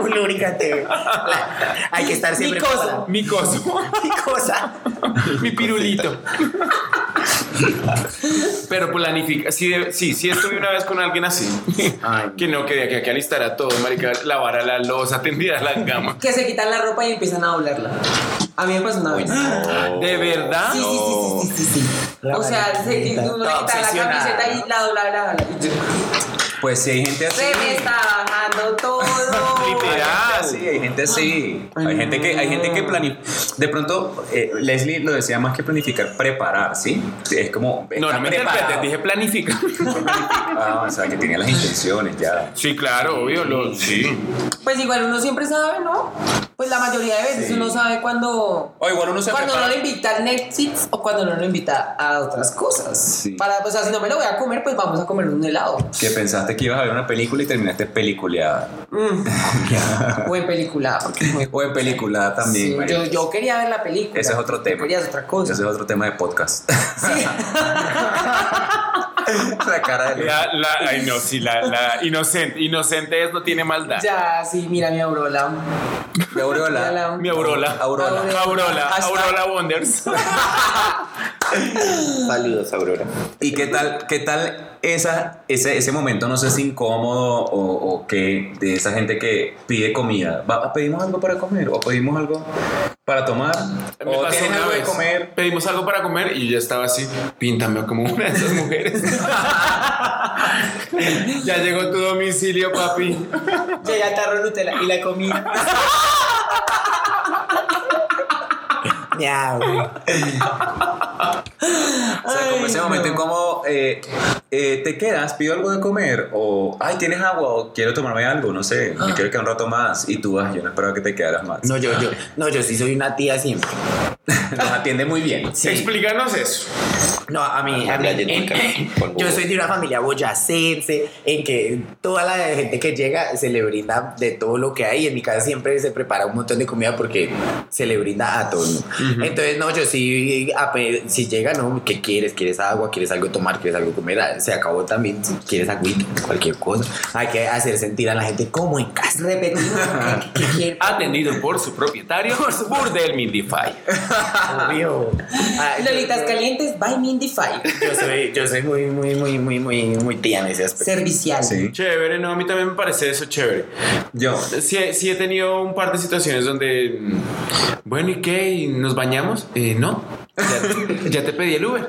Speaker 8: Un lubricante. La- Hay que estar siempre.
Speaker 6: Micoso.
Speaker 8: preparado.
Speaker 5: mi coso.
Speaker 8: Micosa.
Speaker 5: mi pirulito. Pero planifica. Sí, de- sí, sí estuve una vez con alguien así. que no quería que aquí alistara todo, marica, lavara la losa, tendiera la cama.
Speaker 6: Que se quitan la ropa y empiezan a doblarla. A mí me pasó una vez.
Speaker 2: Oh.
Speaker 5: ¿De verdad?
Speaker 6: Sí, sí, sí, sí, sí, sí, sí.
Speaker 8: La
Speaker 6: O sea, se, uno le
Speaker 8: Está
Speaker 6: quita la
Speaker 8: obsesionada,
Speaker 6: camiseta y la dobla, la, la, la.
Speaker 2: Pues si hay gente así.
Speaker 6: Se me está bajando todo.
Speaker 2: gente sí. Hay gente que, hay gente que planifica. De pronto, eh, Leslie lo decía más que planificar, preparar, ¿sí? Es como.
Speaker 7: No,
Speaker 2: está
Speaker 7: no me
Speaker 2: preparado.
Speaker 7: interpretes, dije planifica.
Speaker 2: Ah, o sea, que tenía las intenciones ya.
Speaker 7: Sí, claro, obvio, lo, sí.
Speaker 6: Pues igual uno siempre sabe, ¿no? Pues la mayoría de veces
Speaker 7: Sí.
Speaker 6: uno sabe cuando.
Speaker 2: O igual uno se
Speaker 6: Cuando
Speaker 2: prepara.
Speaker 6: no lo invita a Netflix o cuando no lo invita a otras cosas. Para, o sea, si no me lo voy a comer, pues vamos a comer un helado.
Speaker 2: Que pensaste que ibas a ver una película y terminaste peliculeada.
Speaker 6: Mm. o en película. porque es muy-
Speaker 2: O en peliculada también.
Speaker 6: Sí,
Speaker 2: marica.
Speaker 6: yo, yo quería ver la película.
Speaker 2: Ese es otro tema.
Speaker 6: Querías otra cosa.
Speaker 2: Ese es otro tema de podcast. la cara de
Speaker 7: La, la, ay, no, sí, la, la inocente. Inocente es, no tiene maldad.
Speaker 6: Ya, sí, mira mi aurola.
Speaker 2: Mi aurola.
Speaker 7: Mi aurola.
Speaker 2: Aurola.
Speaker 7: Aurola. Aurola. Aurola Wonders.
Speaker 4: Saludos, Aurora.
Speaker 2: ¿Y qué tal, qué tal esa, ese, ese momento, no sé si incómodo o, o qué, de esa gente que pide comida? ¿Va- ¿Pedimos algo para comer? ¿O pedimos algo para tomar?
Speaker 7: Me
Speaker 2: ¿O
Speaker 7: pasó
Speaker 2: tienes
Speaker 7: una
Speaker 2: algo de
Speaker 7: vez.
Speaker 2: comer?
Speaker 7: Pedimos algo para comer y yo estaba así, píntame como una de esas mujeres. ya llegó tu domicilio, papi.
Speaker 6: Llega el tarro de Nutella y la comida.
Speaker 2: Ah, O sea, como ese momento incómodo, eh, eh, ¿te quedas? ¿Pido algo de comer? O, ay, ¿tienes agua? O quiero tomarme algo, no sé, me quiero quedar un rato más. Y tú vas, yo no esperaba que te quedaras más.
Speaker 5: Ah. No, yo, yo, no, yo sí soy una tía siempre.
Speaker 2: Nos atiende muy bien.
Speaker 7: Explícanos eso.
Speaker 5: No, a mí, a mí- en- yo soy de una familia boyacense en que toda la gente que llega se le brinda de todo lo que hay. En mi casa siempre se prepara un montón de comida porque se le brinda a todo el mundo. Entonces, no, yo sí, ape- si llega, no, ¿qué quieres? ¿Quieres agua? ¿Quieres algo tomar? ¿Quieres algo comer? Ah, Se acabó también, si quieres agüita, cualquier cosa. Hay que hacer sentir a la gente como en casa.
Speaker 6: Repetimos. ¿Qué, qué quiere?
Speaker 7: Atendido por su propietario, Burdel Mindify.
Speaker 5: Obvio. Ah,
Speaker 6: Lolitas calientes by Mindy Five.
Speaker 5: yo soy, yo soy muy, muy, muy, muy, muy, muy tía en ese aspecto.
Speaker 6: Servicial.
Speaker 2: Sí.
Speaker 7: Chévere, no, a mí también me parece eso chévere.
Speaker 2: Yo,
Speaker 7: Sí, he- sí he tenido un par de situaciones donde, mm, bueno, ¿y qué? ¿Y ¿Nos bañamos? Eh, no, ya, ya te pedí el Uber.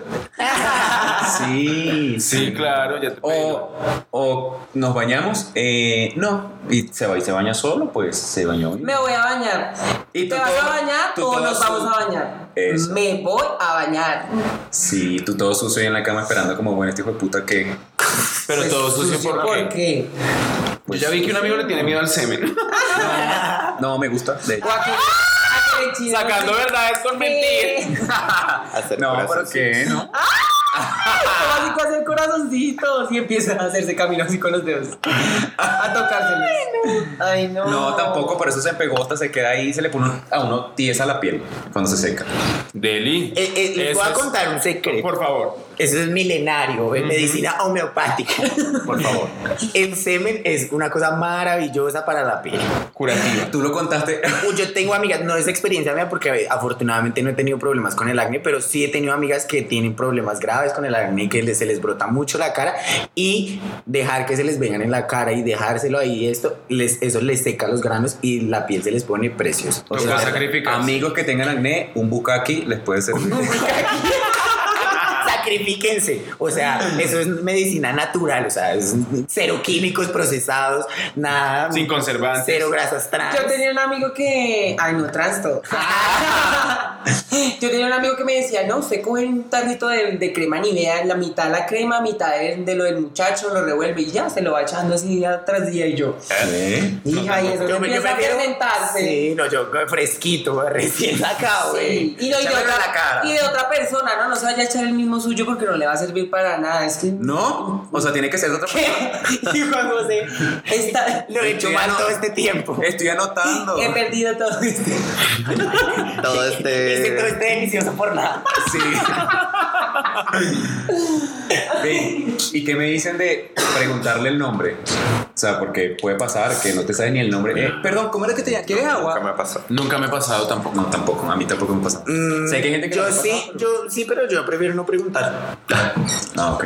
Speaker 2: sí,
Speaker 7: Sí, claro, ya te pedí el
Speaker 5: Oh.
Speaker 7: Uber.
Speaker 2: Ah. O, o nos bañamos, eh, no, y se, va, y se baña solo, pues se bañó.
Speaker 6: Me voy a bañar.
Speaker 2: ¿Y
Speaker 6: ¿Te
Speaker 2: tú
Speaker 6: vas
Speaker 2: todo-
Speaker 6: a bañar
Speaker 2: tú
Speaker 6: o
Speaker 2: todo
Speaker 6: nos
Speaker 2: su-
Speaker 6: vamos a bañar?
Speaker 2: Eso.
Speaker 6: Me voy a bañar.
Speaker 2: Sí, tú todo sucio ahí en la cama esperando como bueno, este hijo de puta que...
Speaker 7: Pero
Speaker 6: Pues,
Speaker 7: todo sucio, ¿por qué?
Speaker 6: qué?
Speaker 2: pues,
Speaker 7: Yo ya vi que un amigo le tiene miedo al semen.
Speaker 2: No, me gusta. de hecho.
Speaker 6: O a que-
Speaker 2: ¡Ah!
Speaker 6: a que le chino-
Speaker 7: Sacando verdades con mentiras.
Speaker 6: Sí.
Speaker 4: Hacer
Speaker 2: No, pero
Speaker 4: corazones.
Speaker 2: qué, no.
Speaker 6: Como así que hacer corazoncitos y empiezan a hacerse caminos así con los dedos. A tocárselos. Ay, no.
Speaker 2: No, tampoco, por eso se pegó hasta se queda ahí y se le pone a uno tiesa la piel cuando se seca.
Speaker 7: Deli.
Speaker 5: Eh, eh, les
Speaker 7: eso
Speaker 5: voy a
Speaker 7: es-
Speaker 5: contar un secreto.
Speaker 7: Por favor.
Speaker 5: Eso es milenario, en medicina homeopática. Por favor. El semen es una cosa maravillosa para la piel.
Speaker 7: Curativa.
Speaker 2: Tú lo contaste.
Speaker 5: Uy, Pues Yo tengo amigas, no es experiencia mía porque eh, afortunadamente no he tenido problemas con el acné, pero sí he tenido amigas que tienen problemas graves con el acné, que les- se les brota mucho la cara y dejar que se les vengan en la cara y dejárselo ahí, esto, les, eso les seca los granos y la piel se les pone preciosa.
Speaker 2: O
Speaker 7: Toca sacrificar.
Speaker 2: Amigos que tengan acné, un bucaki les puede servir.
Speaker 5: Sacrifíquense. O sea, eso es medicina natural. O sea, es cero químicos procesados, nada.
Speaker 7: Sin conservantes.
Speaker 5: Cero grasas trans.
Speaker 6: Yo tenía un amigo que. Ay, no, transto.
Speaker 5: Ah.
Speaker 6: Yo tenía un amigo que me decía, no, usted coge un tarrito de, de crema Nivea, la mitad la crema, mitad de, de lo del muchacho, lo revuelve y ya se lo va echando así día tras día. Y yo,
Speaker 2: ¿Eh?
Speaker 6: hija, y eso
Speaker 5: Yo me- yo
Speaker 6: empieza a
Speaker 5: prefiero-
Speaker 6: fermentarse.
Speaker 5: Sí, no, yo fresquito, recién eh. sacado,
Speaker 6: Sí,
Speaker 5: güey.
Speaker 6: eh. Y, no, y de
Speaker 5: Echándolo en
Speaker 6: otra,
Speaker 5: la cara.
Speaker 6: y de otra persona, ¿no? No se vaya a echar el mismo suyo porque no le va a servir para nada. Es que.
Speaker 2: No, o sea, tiene que ser de otra persona.
Speaker 6: y Juan José, está,
Speaker 5: Lo he hecho
Speaker 2: Sí,
Speaker 5: mal
Speaker 2: no.
Speaker 5: todo este tiempo.
Speaker 2: Estoy anotando.
Speaker 6: he perdido todo esto.
Speaker 4: Todo
Speaker 5: Este
Speaker 4: este.
Speaker 5: todo este delicioso por nada.
Speaker 2: Sí. Ve, ¿Y qué me dicen de preguntarle el nombre? O sea, porque puede pasar que no te sabes ni el nombre. Eh, perdón, ¿cómo era que te llamas? ¿Quieres
Speaker 4: Nunca me
Speaker 2: agua?
Speaker 4: ha pasado.
Speaker 7: Nunca me ha pasado tampoco.
Speaker 2: No, tampoco, Mm, a mí tampoco me pasa. sé que hay gente que
Speaker 5: yo
Speaker 2: le ha
Speaker 5: sí,
Speaker 2: pasado,
Speaker 5: yo sí, pero yo prefiero no preguntar.
Speaker 2: pero- Ah, ok.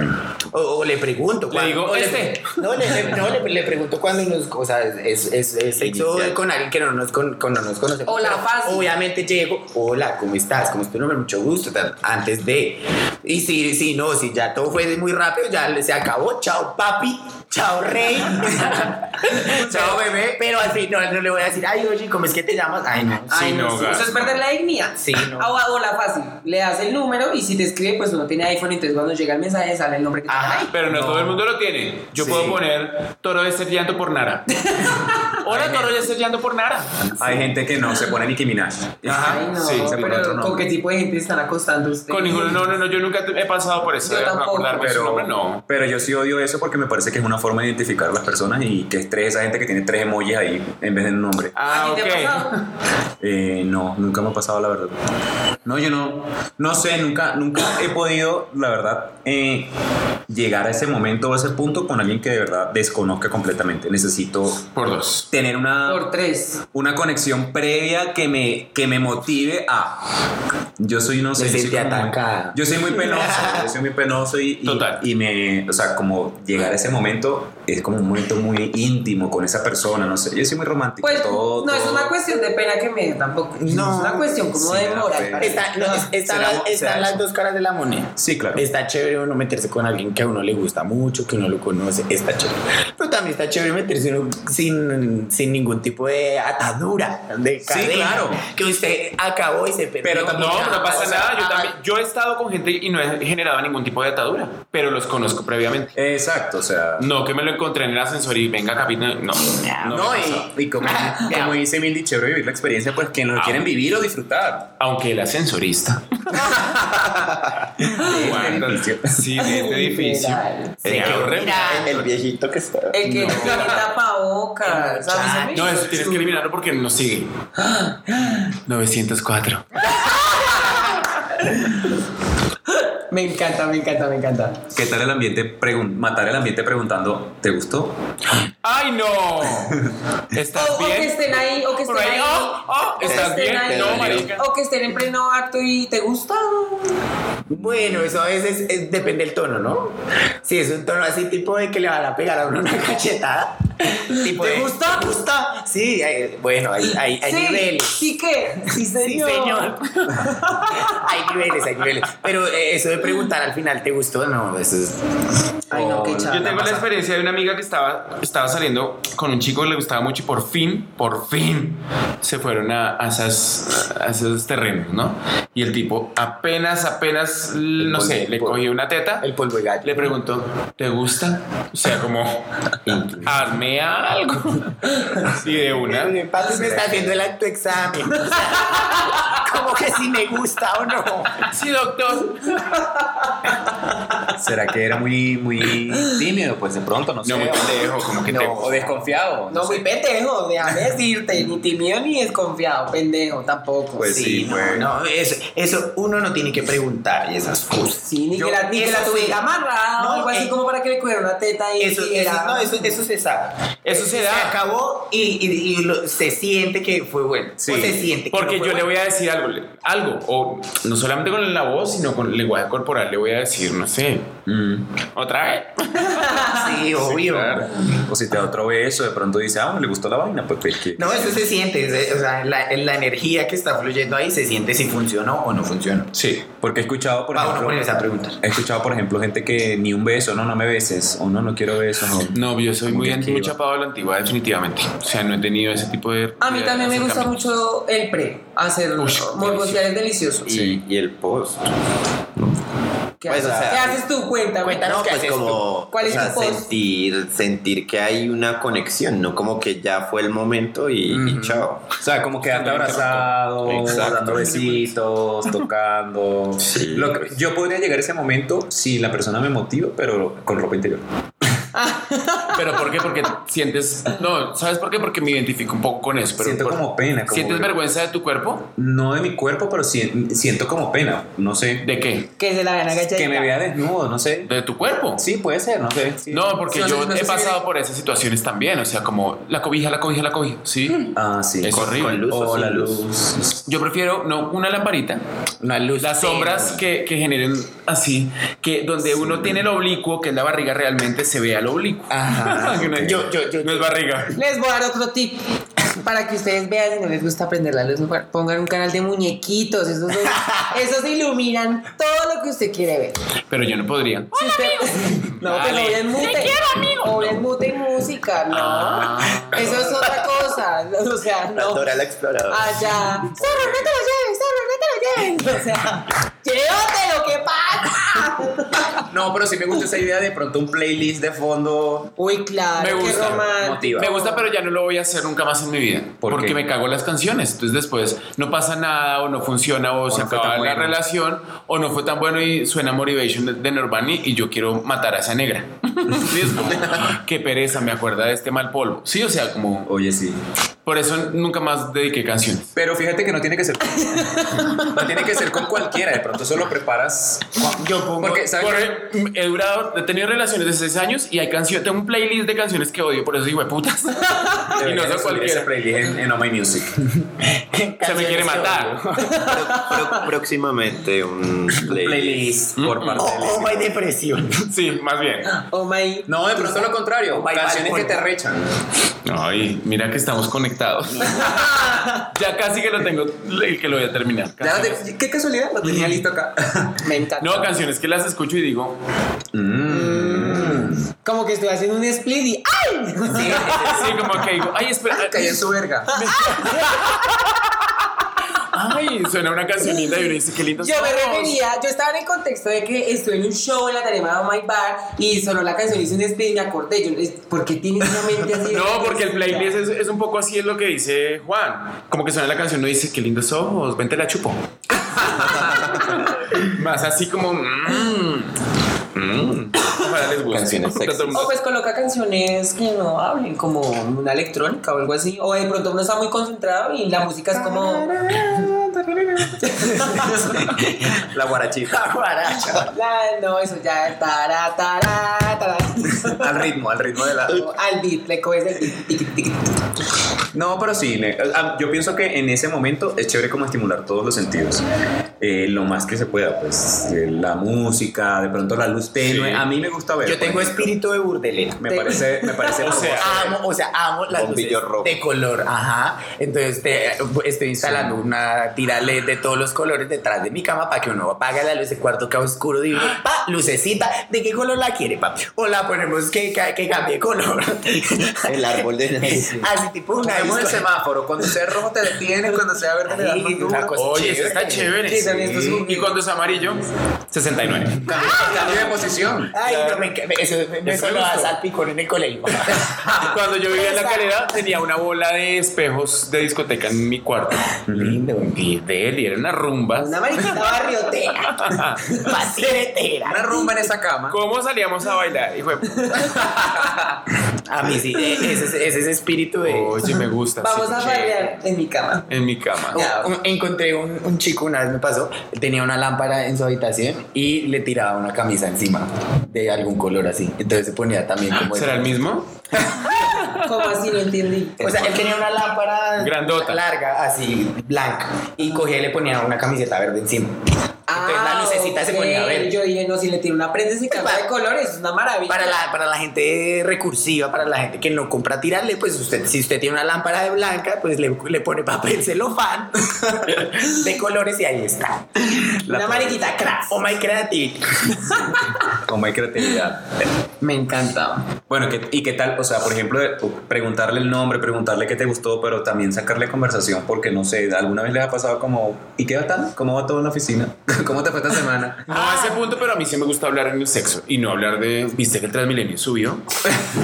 Speaker 5: O, o le pregunto. cuando-
Speaker 7: digo,
Speaker 5: o le-
Speaker 7: "Este".
Speaker 5: no, le, le- no, le- le pregunto cuando nos. O sea, es, es- es sexo
Speaker 4: Inicial.
Speaker 5: con alguien que no nos, con, con- no nos conocemos.
Speaker 6: Hola,
Speaker 5: Pero
Speaker 6: fácil.
Speaker 5: Obviamente llego. Hola, ¿cómo estás? ¿Cómo es tu nombre? Mucho gusto. tal, Antes de. Y si, si no, si ya todo fue muy rápido, ya le- se acabó. Chao, papi. Chao, rey.
Speaker 6: Chao,
Speaker 5: bebé. Pero al fin, no, no le voy a decir, ay, oye, ¿cómo es que te llamas? Ay, no.
Speaker 6: Ay, no, sí, eso es perder la dignidad.
Speaker 5: Sí, no.
Speaker 6: Ah, o- o la fácil. Le das el número y si te escribe, pues uno tiene iPhone, entonces cuando llega el mensaje sale el nombre que tiene ahí.
Speaker 7: Pero no, todo el mundo lo tiene. Yo puedo poner Toro de estar llanto por Nara. Hola, Toro de estar llanto por Nara.
Speaker 2: Hay gente que no se pone Nicki Minaj.
Speaker 7: Ajá,
Speaker 6: Ay, no,
Speaker 7: sí, se pone otro
Speaker 6: pero ¿con
Speaker 7: nombre.
Speaker 6: qué tipo de gente están acostando ustedes?
Speaker 7: Con ninguno, no, no, no, yo nunca he pasado por eso.
Speaker 6: Yo
Speaker 7: de
Speaker 6: tampoco.
Speaker 7: acordarme de su
Speaker 2: Pero-
Speaker 7: nombre, no.
Speaker 2: Pero yo sí odio eso porque me parece que es una forma de identificar a las personas y que estrés esa gente que tiene tres emojis ahí en vez de un nombre.
Speaker 7: Ah,
Speaker 6: ¿A ti te ha
Speaker 7: ok.
Speaker 6: pasado?
Speaker 2: Eh, no, nunca me ha pasado la verdad. No, yo no, no sé, nunca, nunca he podido, la verdad, eh, llegar a ese momento o a ese punto con alguien que de verdad desconozca completamente. Necesito
Speaker 7: Por dos.
Speaker 2: tener
Speaker 7: Ah.
Speaker 2: una
Speaker 6: Por tres.
Speaker 2: una conexión previa que me, que me motive a. Yo soy, no sé,
Speaker 5: Me
Speaker 2: yo soy,
Speaker 5: sentí
Speaker 2: como muy-
Speaker 5: atacada.
Speaker 2: yo soy muy penoso, yo soy muy penoso y, y,
Speaker 7: Total.
Speaker 2: y me, o sea, como llegar a ese momento es como un momento muy íntimo con esa persona, no sé, yo soy muy romántico.
Speaker 6: Pues
Speaker 2: todo,
Speaker 6: no es
Speaker 2: todo.
Speaker 6: una cuestión de pena que me dé tampoco.
Speaker 5: No.
Speaker 6: es una cuestión como
Speaker 2: Sí,
Speaker 6: de
Speaker 2: me da
Speaker 6: moral.
Speaker 2: pena.
Speaker 6: parece.
Speaker 5: Está- no, es- están
Speaker 2: será-
Speaker 5: las-
Speaker 2: será
Speaker 5: están las
Speaker 2: eso.
Speaker 5: dos caras de la moneda.
Speaker 2: Sí, claro.
Speaker 5: Está chévere uno meterse con alguien que a uno le gusta mucho, que uno lo conoce, está chévere. Pero también está chévere meterse uno sin, sin ningún tipo de atadura, de cadena.
Speaker 2: claro.
Speaker 5: Que usted acabó y se perdió.
Speaker 2: Pero
Speaker 7: No,
Speaker 2: tampoco-
Speaker 7: no pasa
Speaker 5: o sea,
Speaker 7: nada. Yo,
Speaker 5: ah,
Speaker 7: también, yo he estado con gente y no he generado ningún tipo de atadura, pero los conozco previamente.
Speaker 2: Exacto, o sea.
Speaker 7: No, que me lo encontré en el ascensor y venga, capitán. No, no.
Speaker 2: No, y, y como, como dice Mindy, chévere vivir la experiencia, pues quien lo quieren vivir o disfrutar.
Speaker 7: Ah. Aunque el ascensorista. Aguanta.
Speaker 2: difícil.
Speaker 7: sí, de este edificio.
Speaker 6: Literal.
Speaker 7: Sí, qué horrible.
Speaker 4: El viejito que está.
Speaker 6: El que tiene tapabocas. ¿sabes? A mí
Speaker 7: No, eso tienes que eliminarlo porque nos sigue. 904.
Speaker 6: Me encanta, me encanta, me encanta.
Speaker 2: ¿Qué tal el ambiente? Pregun- matar el ambiente preguntando, ¿te gustó?
Speaker 7: ¡Ay, no!
Speaker 6: O,
Speaker 7: ¿Estás
Speaker 6: o que
Speaker 5: este-
Speaker 7: bien?
Speaker 6: estén ahí, o que estén
Speaker 7: Por ahí,
Speaker 6: ahí.
Speaker 7: oh, oh,
Speaker 6: o que
Speaker 7: ¿estás
Speaker 6: estén
Speaker 7: bien?
Speaker 6: ahí,
Speaker 7: No, marica.
Speaker 6: O que estén en pleno acto y te gusta.
Speaker 5: Bueno, eso a veces es- depende del tono, ¿no? Si es un tono así tipo de que le van a pegar a uno una cachetada. Tipo
Speaker 6: ¿Te
Speaker 5: de,
Speaker 6: gusta?
Speaker 5: ¿Te gusta? Sí, hay- bueno, hay, hay, hay
Speaker 6: sí,
Speaker 5: niveles.
Speaker 6: sí que. Sí, señor.
Speaker 5: hay niveles, hay niveles. Pero eh, eso de preguntar al final, ¿te gustó? No, eso es.
Speaker 6: Ay, no, qué
Speaker 7: Yo
Speaker 6: chaval.
Speaker 7: tengo la experiencia de una amiga que estaba, estaba saliendo con un chico que le gustaba mucho y por fin, por fin, se fueron a, a esas, a esos terrenos, ¿no? Y el tipo apenas, apenas, no
Speaker 5: polvo,
Speaker 7: sé,
Speaker 5: el
Speaker 7: le
Speaker 5: polvo.
Speaker 7: cogió una teta,
Speaker 5: El polvo de gallo.
Speaker 7: le preguntó, ¿te gusta? O sea, como, hazme algo. Y de una,
Speaker 5: El Papi me está haciendo el acto examen. Como que si me gusta o no.
Speaker 7: sí, doctor.
Speaker 2: ¿Será que era muy, muy tímido? Pues de pronto, no sé.
Speaker 7: No, muy
Speaker 2: o-
Speaker 7: pendejo, como que
Speaker 2: no,
Speaker 7: te
Speaker 2: o desconfiado.
Speaker 6: No, muy pendejo, déjame decirte, ni timido ni desconfiado, pendejo, tampoco.
Speaker 2: Pues sí,
Speaker 5: no,
Speaker 2: pues.
Speaker 5: no, eso, eso uno no tiene que preguntar y esas cosas.
Speaker 6: Sí, ni
Speaker 5: Yo-
Speaker 6: que la, ni que la
Speaker 5: eso sí.
Speaker 6: tuviera amarrada
Speaker 5: No,
Speaker 6: o algo así
Speaker 5: eh,
Speaker 6: como para que le cogiera una teta y
Speaker 5: Eso,
Speaker 6: y
Speaker 5: eso-
Speaker 6: era-
Speaker 5: no, eso, eso se sabe.
Speaker 7: Eso se da.
Speaker 5: acabó y, y- y lo- se siente que fue bueno.
Speaker 7: Sí,
Speaker 5: O se siente que
Speaker 7: porque
Speaker 5: no fue
Speaker 7: yo le
Speaker 5: bueno.
Speaker 7: voy a decir algo, le- algo, o no solamente con la voz, sino con el lenguaje corporal, le voy a decir, no sé, mm, otra vez.
Speaker 5: Sí, obvio.
Speaker 7: claro.
Speaker 2: O si te da otro beso, de pronto dice, ah, le gustó la vaina, pues pues, que.
Speaker 5: No, eso se siente. se- O sea, la, la energía que está fluyendo ahí se siente si funcionó o no funcionó.
Speaker 7: Sí.
Speaker 2: Porque he escuchado, por
Speaker 5: Ah, uno
Speaker 2: ejemplo.
Speaker 5: pone esa pregunta.
Speaker 2: He escuchado, por ejemplo, gente que ni un beso, no, no me beses, o no, no quiero besos. o-
Speaker 7: No, yo soy
Speaker 2: Como
Speaker 7: muy,
Speaker 2: que
Speaker 7: anti-
Speaker 2: aquí
Speaker 7: muy
Speaker 2: va.
Speaker 7: chapado a la antigua, definitivamente. O sea, no he tenido ese tipo de.
Speaker 6: A mí
Speaker 7: de
Speaker 6: también me gusta
Speaker 7: acercamiento.
Speaker 6: mucho el pre, hacer
Speaker 7: Uy,
Speaker 6: morbosear es delicioso.
Speaker 4: Y, y el post.
Speaker 6: ¿Qué,
Speaker 5: Pues,
Speaker 6: haces?
Speaker 5: o sea,
Speaker 6: ¿Qué haces tú? Cuéntame.
Speaker 5: Cuéntanos
Speaker 6: No,
Speaker 5: qué
Speaker 6: pues,
Speaker 5: haces
Speaker 6: como- ¿Cuál
Speaker 4: o
Speaker 6: es
Speaker 4: sea,
Speaker 6: tu post?
Speaker 4: sentir, sentir que hay una conexión, no como que ya fue el momento y, y chao.
Speaker 2: O sea, como quedarte abrazado,
Speaker 4: Exacto.
Speaker 2: dando besitos, tocando.
Speaker 4: Sí.
Speaker 2: Lo que- yo podría llegar a ese momento si la persona me motiva, pero con ropa interior.
Speaker 7: Pero ¿por qué? Porque sientes. No, ¿sabes por qué? Porque me identifico un poco con eso. Pero
Speaker 2: Siento
Speaker 7: por-
Speaker 2: como pena. Como
Speaker 7: ¿Sientes vergüenza de tu cuerpo?
Speaker 2: No de mi cuerpo, pero si- siento como pena. No sé.
Speaker 7: ¿De qué?
Speaker 6: Que se la vean agachadita.
Speaker 2: que me vea desnudo, no sé.
Speaker 7: ¿De tu cuerpo?
Speaker 2: Sí, puede ser, no sé. sí.
Speaker 7: No, porque
Speaker 6: Sí, no sé,
Speaker 7: yo
Speaker 6: no sé
Speaker 7: he
Speaker 6: si-
Speaker 7: pasado por esas situaciones también. O sea, como la cobija, la cobija, la cobija. Sí.
Speaker 2: Ah, sí.
Speaker 7: Es horrible.
Speaker 2: Con luz o
Speaker 4: o
Speaker 2: la
Speaker 4: sin
Speaker 2: luz.
Speaker 7: Yo prefiero no una lamparita,
Speaker 5: Una luz.
Speaker 7: las sombras que, que generen así, que donde uno tiene el oblicuo, que es la barriga, realmente se vea el oblicuo.
Speaker 5: Ajá,
Speaker 7: Que no es-
Speaker 5: ok. Yo- yo- yo-
Speaker 7: no es barriga.
Speaker 6: Les voy a dar otro tip. para que ustedes vean si no les gusta aprender la luz, mejor pongan un canal de muñequitos. Esos, dos- esos iluminan todo lo que usted quiere ver.
Speaker 7: Pero yo no podría.
Speaker 6: Si usted- No, pues
Speaker 7: Dale.
Speaker 6: hoy es mute.
Speaker 7: Te quiero,
Speaker 6: amigo. Hoy es mute y música, no.
Speaker 7: Ah.
Speaker 6: Eso es otra cosa. O sea, no.
Speaker 4: Dora la exploradora.
Speaker 6: Ah, Allá. Zorro, no te lo lleves, zorro, no te lo lleves. O sea, llévate lo que pasa.
Speaker 5: No, pero sí me gusta esa idea de pronto un playlist de fondo.
Speaker 6: Uy, claro,
Speaker 7: Me
Speaker 6: qué
Speaker 7: gusta.
Speaker 6: romántico.
Speaker 7: Me gusta, pero ya no lo voy a hacer nunca más en mi vida. porque me cago en las canciones. Entonces después no pasa nada o no funciona o, se
Speaker 5: no fue
Speaker 7: acaba la
Speaker 5: tan bueno.
Speaker 7: relación o no fue tan bueno y suena Motivation de- de Norvani y yo quiero matar a esa negra. Sí, es como, Qué pereza, me acuerda de este mal polvo. Sí, o sea, como...
Speaker 2: Oye, sí.
Speaker 7: Por eso nunca más dediqué canciones.
Speaker 5: Pero fíjate que no tiene que ser. No tiene que ser con cualquiera. De pronto solo preparas.
Speaker 7: Yo pongo...
Speaker 5: Porque, ¿sabes
Speaker 7: por- e-, he durado, he tenido relaciones de seis años y hay canciones, tengo un playlist de canciones que odio, por eso digo, putas. y no
Speaker 2: Deberías
Speaker 7: sé
Speaker 2: subir
Speaker 7: cualquiera.
Speaker 2: ese playlist en, en Oh My Music.
Speaker 7: Se me quiere matar.
Speaker 4: Próximamente un playlist.
Speaker 2: Playlist por parte de Leslie.
Speaker 5: my depresión.
Speaker 7: Mm-hmm. Sí, más bien.
Speaker 6: Oh my.
Speaker 5: No, de pronto lo contrario.
Speaker 2: my
Speaker 5: Canciones
Speaker 2: God.
Speaker 5: que te rechan.
Speaker 7: Ay, mira que estamos conectados. ya casi que lo tengo, el que lo voy a terminar.
Speaker 5: Ya lo te- Qué casualidad, lo tenía listo acá.
Speaker 6: Me encanta.
Speaker 7: No, canciones que las escucho y digo,
Speaker 6: Como que estoy haciendo un split y ¡ay!
Speaker 7: sí, como que digo, ay, espera,
Speaker 5: Cayó en su verga.
Speaker 7: ay, suena una cancionita y uno dice, qué lindo.
Speaker 6: Yo me
Speaker 7: somos".
Speaker 6: refería, yo estaba en el contexto de que estuve en un show en la tarima de Oh My Bar y sonó la canción, hice un split y me acordé. Yo, es- ¿Por qué tienes una mente así? de
Speaker 7: No, porque el
Speaker 6: grandecita?
Speaker 7: playlist es, es un poco así, es lo que dice Juan. Como que suena la canción, no dice, qué lindos ojos, vente la chupo. Más así como, mmm, mmm. Ojalá les guste.
Speaker 4: Canciones sexys.
Speaker 7: Todo el mundo-
Speaker 6: O pues coloca canciones que no hablen, como una electrónica o algo así. O de pronto uno está muy concentrado y la música es como.
Speaker 5: La guarachita. La guaracha.
Speaker 6: La- no, eso ya es tará, tará, tará.
Speaker 5: Al ritmo, al ritmo de la.
Speaker 6: Al beat, le coges el beat, tiqui, tiqui, tiqui.
Speaker 2: No, pero sí, ne- ah, yo pienso que en ese momento es chévere como estimular todos los sentidos, eh, lo más que se pueda, pues eh, la música, de pronto la luz tenue,
Speaker 7: Sí.
Speaker 2: a mí me gusta ver.
Speaker 5: Yo
Speaker 2: por
Speaker 5: tengo
Speaker 2: ejemplo.
Speaker 5: espíritu de burdelera.
Speaker 2: Me
Speaker 6: Te-
Speaker 2: parece, me parece
Speaker 5: O sea,
Speaker 2: hermoso.
Speaker 5: amo, o sea, amo las
Speaker 4: Bombillo
Speaker 5: luces
Speaker 4: rojo.
Speaker 5: de color, ajá. Entonces te- estoy instalando una tira LED de todos los colores detrás de mi cama para que uno apague la luz de cuarto que oscuro digo, pa, lucecita, ¿de qué color la quiere, pa? O la ponemos que, que, que cambie de color.
Speaker 4: El árbol de Navidad.
Speaker 5: Así tipo una
Speaker 2: Como el
Speaker 5: disco.
Speaker 2: semáforo, cuando sea rojo te detienes, cuando sea verde le das
Speaker 5: Ay,
Speaker 2: más duro.
Speaker 5: una cosa
Speaker 7: Oye,
Speaker 5: chévere.
Speaker 7: eso está chévere.
Speaker 6: Sí, también esto es un-
Speaker 7: ¿Y cuando es amarillo? 69.
Speaker 5: Cambio, cambio de posición. Ay, no, me, enca- eso, me,
Speaker 7: Eso me
Speaker 5: eso lo da
Speaker 7: gustó.
Speaker 5: salpicón en el colegio.
Speaker 7: Cuando yo vivía en la calera tenía una bola de espejos de discoteca en mi cuarto. Lindo. Y de él, y era una rumba.
Speaker 6: Una mariquita barriotea.
Speaker 5: Paciretera.
Speaker 2: Una rumba en esa cama.
Speaker 7: ¿Cómo salíamos a bailar? Hijo de puta.
Speaker 5: A mí sí, eh, ese es ese es espíritu de.
Speaker 7: Oye, me gusta.
Speaker 6: Vamos
Speaker 7: sí,
Speaker 6: a
Speaker 7: chévere.
Speaker 6: bailar en mi cama.
Speaker 7: En mi cama.
Speaker 6: Ah.
Speaker 5: Ya, un- encontré un, un chico, una vez me pasó, tenía una lámpara en su habitación y le tiraba una camisa encima de algún color así. Entonces se ponía también como...
Speaker 7: ¿Será el mismo?
Speaker 6: ¿Cómo así? No entendí.
Speaker 5: O sea, él tenía una lámpara
Speaker 7: Grandota.
Speaker 5: larga, así, blanca, y cogía y le ponía una camiseta verde encima. Entonces la lucecita se
Speaker 6: Ah, ok.
Speaker 5: ponía verde.
Speaker 6: Yo dije, no, si le tiro una prenda y se cambia
Speaker 5: Para-
Speaker 6: de colores, es una maravilla.
Speaker 5: Para la, para la gente recursiva, para la gente que no compra tirarle, pues usted, si usted tiene una lámpara de blanca, pues le, le pone papel celofán de colores y ahí está.
Speaker 6: Una mariquita crack.
Speaker 5: Oh my creative.
Speaker 2: Como hay creatividad.
Speaker 5: Me encantaba.
Speaker 2: Bueno, ¿qué- ¿y qué tal? O sea, por ejemplo, eh, preguntarle el nombre, preguntarle qué te gustó, pero también sacarle conversación, porque no sé, alguna vez les ha pasado como, ¿y qué va tal? ¿Cómo va todo en la oficina? ¿Cómo te fue esta semana?
Speaker 7: No a
Speaker 5: Ah.
Speaker 7: ese punto, pero a mí sí me gusta hablar en el sexo y no hablar de. ¿Viste que el Transmilenio subió?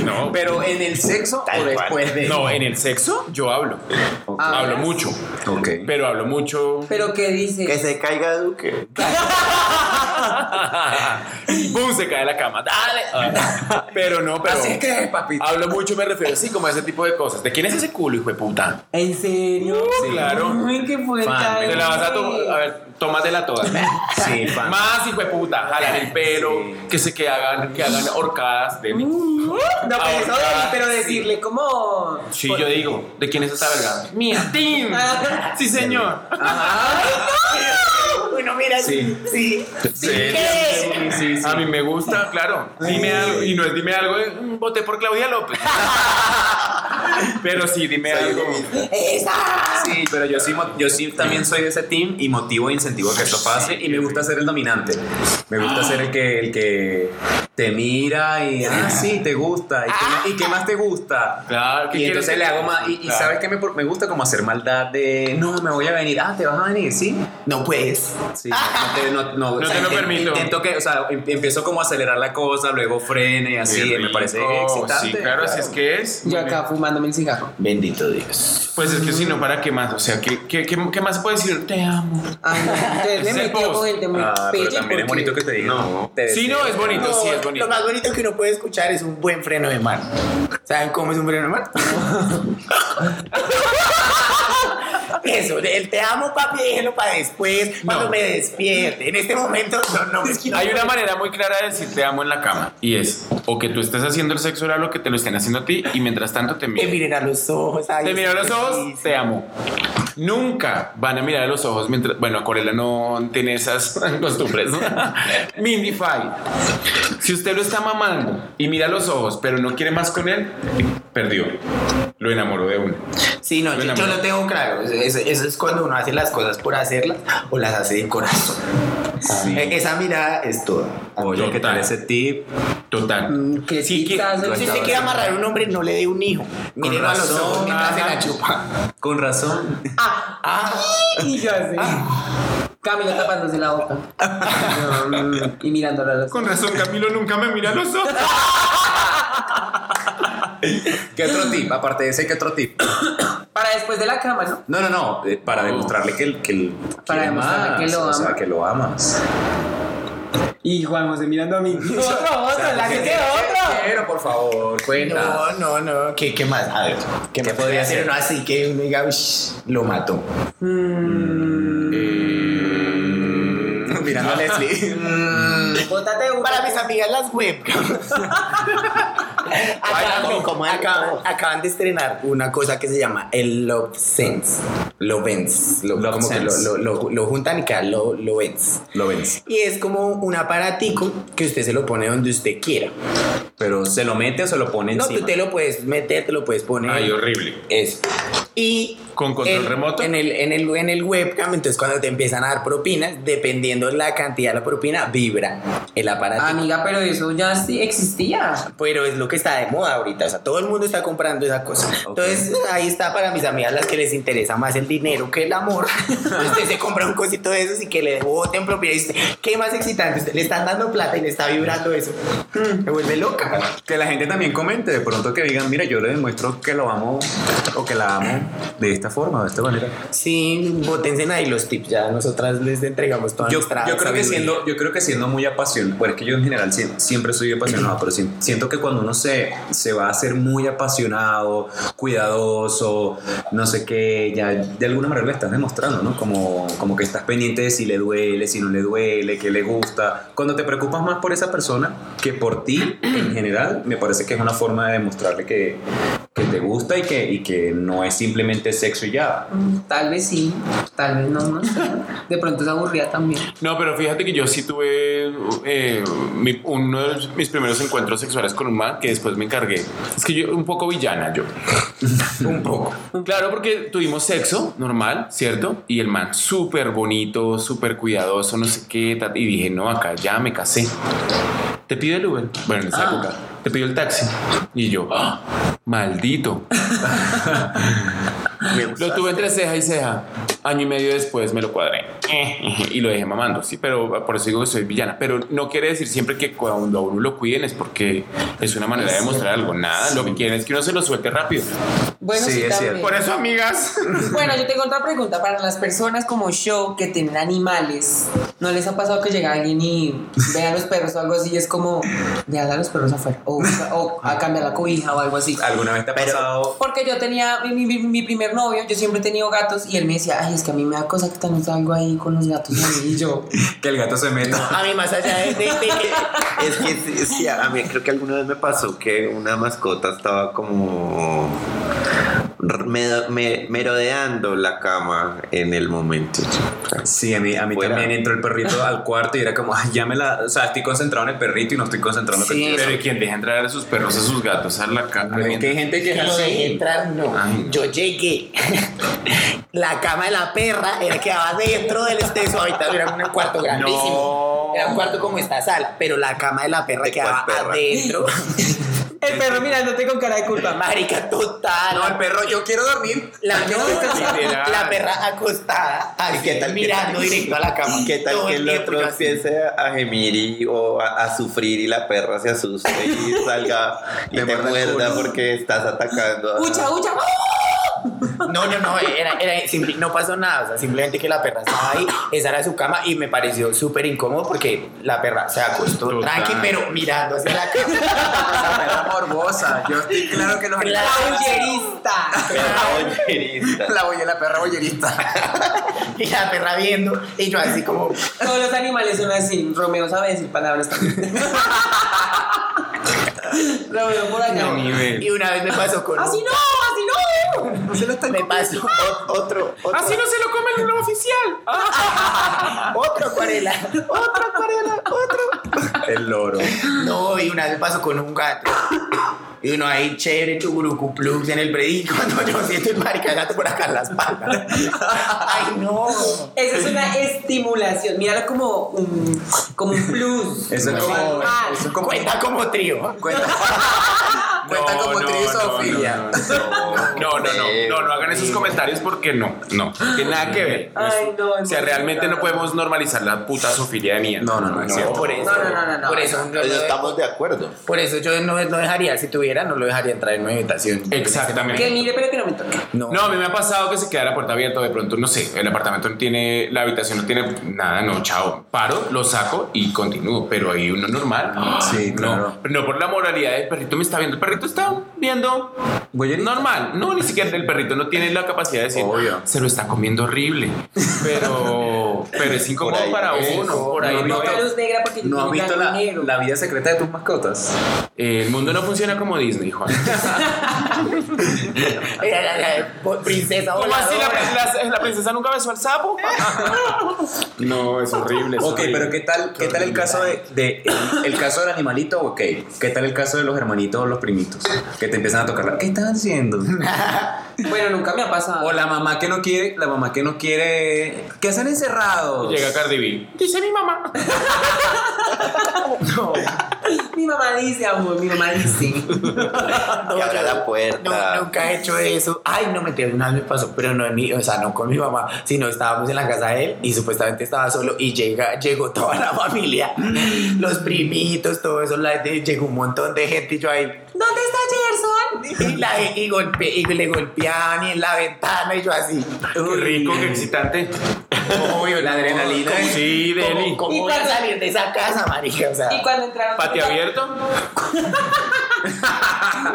Speaker 7: No.
Speaker 2: Pero en el sexo
Speaker 7: Tal
Speaker 2: o
Speaker 7: cual.
Speaker 2: después de.
Speaker 7: No, en el sexo yo hablo.
Speaker 5: Ah.
Speaker 7: Hablo mucho.
Speaker 2: Ok.
Speaker 7: Pero hablo mucho.
Speaker 6: Pero ¿qué
Speaker 4: Que
Speaker 6: dice?
Speaker 4: se caiga Duque.
Speaker 7: ¡Bum! Se cae la cama. ¡Dale! Ah, Pero no, pero.
Speaker 5: Así que, papito.
Speaker 7: Hablo mucho, me refiero así como a ese tipo de cosas. ¿De quién es ese culo, hijo de puta?
Speaker 6: ¿En serio?
Speaker 7: Sí, claro.
Speaker 6: Ay, qué fuerte.
Speaker 7: Te la vas a tomar. A ver, tómatela toda.
Speaker 2: Sí, fan.
Speaker 7: Más, hijo de puta. Jalar el pelo. Que se que hagan, que hagan horcadas de mí.
Speaker 6: No, pero eso de
Speaker 7: Ahorcar,
Speaker 6: pero decirle como.
Speaker 7: Sí, yo digo. ¿De quién es esa verga? Mía. ¡Tim!
Speaker 6: Ah.
Speaker 7: Sí, señor.
Speaker 6: ¡Ay, no!
Speaker 5: uno mira.
Speaker 7: Sí.
Speaker 5: Sí.
Speaker 7: Sí,
Speaker 5: ¿Qué?
Speaker 7: sí, sí. A mí me gusta, claro. Dime algo, y no es dime algo, eh, mm, voté por Claudia López. Pero sí, dime algo.
Speaker 2: Sí, pero yo sí, mo- yo sí también soy de ese team y motivo e incentivo a que esto pase y me gusta ser el dominante. Me gusta ser el que, el que te mira y, ah, sí, te gusta. ¿Y, qué, más- y qué más te gusta?
Speaker 7: Claro, ¿qué
Speaker 2: y
Speaker 7: quieres
Speaker 2: entonces
Speaker 7: que
Speaker 2: le
Speaker 7: te
Speaker 2: hago más. Y, y
Speaker 7: Claro.
Speaker 2: sabes que me, me gusta como hacer maldad de, no, me voy a venir. Ah, te vas a venir, sí.
Speaker 5: No puedes.
Speaker 2: Sí, no te, no, no, o
Speaker 7: No
Speaker 2: sea,
Speaker 7: te lo
Speaker 2: inten-
Speaker 7: permito.
Speaker 2: Intento que, o sea, em- empiezo como a acelerar la cosa, luego frene y así.
Speaker 7: Qué
Speaker 2: Me parece
Speaker 7: rico,
Speaker 2: excitante.
Speaker 7: Sí, claro, así es que es.
Speaker 6: Yo acá fumándome el cigarro.
Speaker 5: Bendito Dios.
Speaker 7: Pues es que si no, ¿para qué más? O sea, ¿qué, qué, qué, qué más puedo decir? Te amo.
Speaker 6: Ay, no, ustedes
Speaker 7: Ese
Speaker 6: me
Speaker 7: es
Speaker 6: metió
Speaker 7: vos.
Speaker 6: con gente muy
Speaker 2: Ah, pero
Speaker 6: pelle
Speaker 2: también es
Speaker 6: porque-
Speaker 2: bonito que te digan.
Speaker 4: No.
Speaker 2: te
Speaker 7: Sí,
Speaker 2: deseo.
Speaker 7: no, es bonito, sí, es
Speaker 5: Lo
Speaker 7: bonito.
Speaker 5: más bonito que uno puede escuchar es un buen freno de mano. ¿Saben cómo es un freno de mano? Eso, el te amo, papi, déjelo para después, cuando
Speaker 7: No.
Speaker 5: me despierte. En este momento no, no me
Speaker 7: Hay una manera muy clara de decir te amo en la cama y es o que tú estés haciendo el sexo oral o que te lo estén haciendo a ti y mientras tanto te
Speaker 5: Te
Speaker 7: miren.
Speaker 5: miren a los ojos. ay,
Speaker 7: Te miro a los
Speaker 5: sí,
Speaker 7: ojos,
Speaker 5: sí.
Speaker 7: te amo. Nunca van a mirar a los ojos mientras. Bueno, Corella no tiene esas costumbres. ¿no? Mindy Fai. Si usted lo está mamando y mira a los ojos, pero no quiere más con él, perdió. Lo enamoró de uno.
Speaker 5: Sí, no,
Speaker 7: Lo
Speaker 5: yo, yo
Speaker 7: enamoró.
Speaker 5: lo tengo claro. Eso, eso es cuando uno hace las cosas por hacerlas o las hace de corazón. E- Esa mirada es toda.
Speaker 2: Oye, ¿qué tal
Speaker 7: Total.
Speaker 2: ese tip?
Speaker 7: Total.
Speaker 6: Que
Speaker 7: Sí, que-
Speaker 6: quizás el-
Speaker 5: Si usted quiere amarrar a un hombre, no le dé un hijo. Miren a los
Speaker 2: razón,
Speaker 5: ojos mientras se
Speaker 7: ajá.
Speaker 5: la chupa.
Speaker 2: Con razón.
Speaker 6: Y yo así.
Speaker 2: Ah.
Speaker 6: Camila tapándose la boca. Mm, y mirándolo a los
Speaker 7: Con razón, Camilo nunca me mira a los ojos.
Speaker 2: ¿Qué otro tip? Aparte de ese, ¿qué otro tip?
Speaker 6: Para después de la cama, ¿no?
Speaker 2: No, no, no. eh, Para demostrarle que, el- que el-
Speaker 6: Para
Speaker 2: que
Speaker 6: demostrarle
Speaker 2: amas,
Speaker 6: que lo
Speaker 2: O sea,
Speaker 6: ama.
Speaker 2: que lo amas.
Speaker 6: Y Juan José mirando a mí. Otro, otro, la que quedó otro.
Speaker 2: Pero, por favor, cuenta.
Speaker 5: No, no, no. ¿Qué, qué más? A ver, ¿qué, más podría hacer uno así que uno diga, "Ush, lo mató? Mm.
Speaker 2: Mirando a Leslie.
Speaker 6: Bótate uno.
Speaker 5: Mm. Para mis amigas las web. acaban,
Speaker 7: no,
Speaker 5: como acaban- acaban de estrenar una cosa que se llama el Love Sense. Love Sense. Lo,
Speaker 2: Love
Speaker 5: como que
Speaker 2: Sense.
Speaker 5: lo, lo- lo- lo juntan y queda lo, lo Sense.
Speaker 2: Lo ves.
Speaker 5: Y es como un aparatico que usted se lo pone donde usted quiera.
Speaker 2: Pero se lo mete o se lo pone
Speaker 5: No,
Speaker 2: encima.
Speaker 5: tú te lo puedes meter, te lo puedes poner.
Speaker 7: Ay, horrible.
Speaker 5: Eso. Y
Speaker 7: Ah, ¿Con control
Speaker 5: en-
Speaker 7: remoto?
Speaker 5: En el, en, el, en el webcam, entonces cuando te empiezan a dar propinas, dependiendo la cantidad de la propina, vibra el aparato.
Speaker 6: Amiga, pero eso ya sí existía.
Speaker 5: Pero es lo que está de moda ahorita, o sea, todo el mundo está comprando esa cosa. Entonces ahí está para mis amigas las que les interesa más el dinero que el amor. usted se compra un cosito de esos y que le boten propinas. y usted, ¿Qué más excitante? Usted le están dando plata y le está vibrando eso. Mm, Me vuelve loca.
Speaker 2: Que la gente también comente, de pronto que digan, mira, yo le demuestro que lo amo o que la amo de esta forma, de esta manera.
Speaker 5: Sí, botense ahí los tips, ya nosotras les entregamos toda
Speaker 2: Yo,
Speaker 5: nuestra
Speaker 2: yo creo que
Speaker 5: sabiduría.
Speaker 2: siendo, yo creo que siendo muy apasionado, bueno, es que yo en general sie- siempre soy apasionado, pero sí- siento que cuando uno se, se va a ser muy apasionado, cuidadoso, no sé qué, ya de alguna manera le estás demostrando, ¿no? Como, como que estás pendiente de si le duele, si no le duele, qué le gusta. Cuando te preocupas más por esa persona que por ti en general, me parece que es una forma de demostrarle que, que te gusta y que, y que no es simplemente sexo y ya.
Speaker 6: Tal vez sí, tal vez no, no sé. De pronto se aburría también.
Speaker 7: No, pero fíjate que yo sí tuve eh, mi- uno de mis primeros encuentros sexuales con un man que después me encargué. Es que yo, un poco villana yo. un poco. Claro, porque tuvimos sexo normal, ¿cierto? Y el man súper bonito, súper cuidadoso, no sé qué. ta- Y dije, no, acá ya me casé. Te pido el Uber. Bueno, en esa
Speaker 5: Ah.
Speaker 7: época. Te pido el taxi. Y yo, ¡ah! maldito. Lo tuve entre ceja y ceja. Año y medio después me lo cuadré. Y lo dejé mamando, sí, pero por eso digo que soy villana. Pero no quiere decir siempre que cuando a uno lo cuiden es porque es una manera de mostrar algo. Nada, lo que quieren es que uno se lo suelte rápido.
Speaker 6: Bueno,
Speaker 2: Sí,
Speaker 6: sí,
Speaker 2: es
Speaker 6: también.
Speaker 7: Por eso, amigas.
Speaker 6: Bueno, yo tengo otra pregunta. Para las personas como yo que tienen animales, ¿no les ha pasado que llega alguien y vea a los perros o algo así? Y es como, vean a los perros afuera. O, o a cambiar la cobija o algo así.
Speaker 2: ¿Alguna vez te ha pasado?
Speaker 6: Porque yo tenía mi, mi- mi primer novio, yo siempre he tenido gatos y él me decía, ay, es que a mí me da cosa que también salgo ahí con los gatos y yo.
Speaker 2: Que el gato se meta.
Speaker 5: A mí más allá de, de- de-
Speaker 4: Es que sí, sí, a mí creo que alguna vez me pasó que una mascota estaba como r- me- me- merodeando la cama en el momento.
Speaker 2: Sí, a mí, a mí también entró el perrito al cuarto y era como, ay, ya me la. O sea, estoy concentrado en el perrito y no estoy concentrado en lo que
Speaker 5: Sí,
Speaker 2: estoy
Speaker 5: pero
Speaker 2: haciendo.
Speaker 5: quien deja entrar a sus perros, a sus gatos, a la cama.
Speaker 2: es que hay gente
Speaker 11: que
Speaker 5: no
Speaker 11: lo dejé entrar, no.
Speaker 5: Ay.
Speaker 11: Yo llegué. la cama de la perra era quedaba dentro del, de su habitación. Era un cuarto grandísimo. Era un cuarto como esta sala. Pero la cama de la perra quedaba adentro.
Speaker 6: El perro mirándote con cara de culpa.
Speaker 11: Marica, total.
Speaker 2: No, el perro, yo quiero dormir.
Speaker 11: La,
Speaker 6: Yo
Speaker 11: no,
Speaker 6: quiero
Speaker 4: descansar.
Speaker 11: la perra acostada, así,
Speaker 4: ¿Qué tal que-
Speaker 11: mirando directo a la cama.
Speaker 4: ¿Qué tal
Speaker 11: Todo
Speaker 4: que el
Speaker 11: tiempo
Speaker 4: otro
Speaker 11: yo así.
Speaker 4: empiece a gemir y- o a, a sufrir y la perra se asuste y salga y
Speaker 2: Le
Speaker 4: te
Speaker 2: muerde el
Speaker 4: muerda
Speaker 2: culo.
Speaker 4: porque estás atacando a...
Speaker 6: Ucha, ucha.
Speaker 11: No, no, no, era, era simple- no pasó nada, o sea, simplemente que la perra estaba ahí, esa era su cama y me pareció súper incómodo porque la perra se acostó
Speaker 5: Total.
Speaker 11: tranqui, pero mirando hacia la cama.
Speaker 2: La perra morbosa. Yo estoy claro que los
Speaker 11: La
Speaker 4: Perra
Speaker 11: bollerista.
Speaker 4: bollerista.
Speaker 2: La boye- la perra bollerista.
Speaker 11: Y la perra viendo y yo así como...
Speaker 6: Todos los animales son así. Romeo sabe decir palabras también. Romeo por acá.
Speaker 11: Y una vez me pasó con...
Speaker 6: Así no, así no.
Speaker 2: No se lo están
Speaker 11: Me pasó o- otro, otro,
Speaker 5: Así no se lo come el oficial.
Speaker 11: otro acuarela, otro acuarela, otro.
Speaker 2: El loro.
Speaker 11: No, y una vez paso con un gato. Y uno ahí chévere, chugurucu plux en el predil cuando yo siento el marica gato por acá en la espalda. Ay, no.
Speaker 6: Esa es una estimulación. Míralo como un, como un plus.
Speaker 2: Eso es
Speaker 6: Como
Speaker 2: como-
Speaker 6: animal.
Speaker 2: eso es como-
Speaker 11: Cuenta como trío.
Speaker 2: Cuenta, cuenta
Speaker 5: No,
Speaker 2: como
Speaker 5: no,
Speaker 2: trisofilia.
Speaker 5: No, no, no, no, no, no hagan esos comentarios porque no, no, tiene nada que ver.
Speaker 6: Ay, no,
Speaker 5: o sea,
Speaker 6: no,
Speaker 5: realmente
Speaker 6: no.
Speaker 5: no podemos normalizar la puta sofilia de mía.
Speaker 2: No, no, no, es
Speaker 11: No,
Speaker 2: cierto.
Speaker 11: por eso.
Speaker 6: No, no, no, no, no.
Speaker 11: Por eso, no
Speaker 4: Eso
Speaker 11: lo-
Speaker 4: estamos de acuerdo.
Speaker 11: por eso yo no, no dejaría, si tuviera, no lo dejaría entrar en una habitación.
Speaker 5: Exactamente.
Speaker 6: Que mire, pero que no me toque.
Speaker 11: No.
Speaker 5: No, a mí me ha pasado que se queda la puerta abierta, de pronto, no sé, el apartamento no tiene, la habitación no tiene nada, no, chao. Paro, lo saco y continúo, pero ahí uno normal.
Speaker 2: Sí,
Speaker 5: no,
Speaker 2: claro.
Speaker 5: No por la moralidad del perrito me está viendo, el perrito está viendo normal. No, ni siquiera el perrito no tiene la capacidad de decir,
Speaker 2: Obvio.
Speaker 5: se lo está comiendo horrible, pero, pero es incómodo
Speaker 4: Por ahí
Speaker 5: para
Speaker 4: no es
Speaker 5: uno,
Speaker 4: incómodo.
Speaker 5: por ahí no.
Speaker 6: No, la luz negra porque yo
Speaker 2: ¿No has
Speaker 6: tengo
Speaker 2: visto la,
Speaker 6: blanco y negro.
Speaker 2: la vida secreta de tus mascotas?
Speaker 5: Eh, el mundo no funciona como Disney, Juan.
Speaker 11: Era la- la- eh, princesa
Speaker 5: ¿Cómo así? ¿La,
Speaker 11: voladora.
Speaker 5: la- la princesa nunca besó al sapo? no, es horrible. es
Speaker 2: Ok,
Speaker 5: horrible.
Speaker 2: pero ¿qué tal, qué tal el caso de, de- el, el caso del animalito? Ok, ¿qué tal el caso de los hermanitos o los primitos que te empiezan a tocar? la- ¿Qué están haciendo?
Speaker 6: Bueno, nunca me ha pasado.
Speaker 2: O la mamá que no quiere, la mamá que no quiere, ¿qué hacen encerrados?
Speaker 5: Llega Cardi B. Dice mi mamá.
Speaker 6: No. Mi mamá dice, amor, mi mamá dice.
Speaker 11: No,
Speaker 4: Que abra
Speaker 11: yo
Speaker 4: la puerta.
Speaker 11: no, nunca he hecho eso. Ay, no, mentira, una vez me pasó, pero no en mi, o sea, no con mi mamá, sino estábamos en la casa de él y supuestamente estaba solo y llega, llegó toda la familia, los primitos, todo eso, la, de- llegó un montón de gente y yo ahí,
Speaker 6: ¿Dónde está Gerson?
Speaker 11: y, la, y, golpe, y le golpeaban y en la ventana y yo así.
Speaker 5: Qué rico, qué excitante.
Speaker 11: Obvio, la adrenalina.
Speaker 5: ¿Cómo?
Speaker 11: de-
Speaker 5: Sí,
Speaker 11: ¿Cómo-
Speaker 5: Deli.
Speaker 11: ¿Cómo
Speaker 6: ¿Y
Speaker 11: voy a
Speaker 6: cuando-
Speaker 11: salir de esa casa, marica? O sea,
Speaker 6: Y cuando entraron.
Speaker 5: Pati abierto.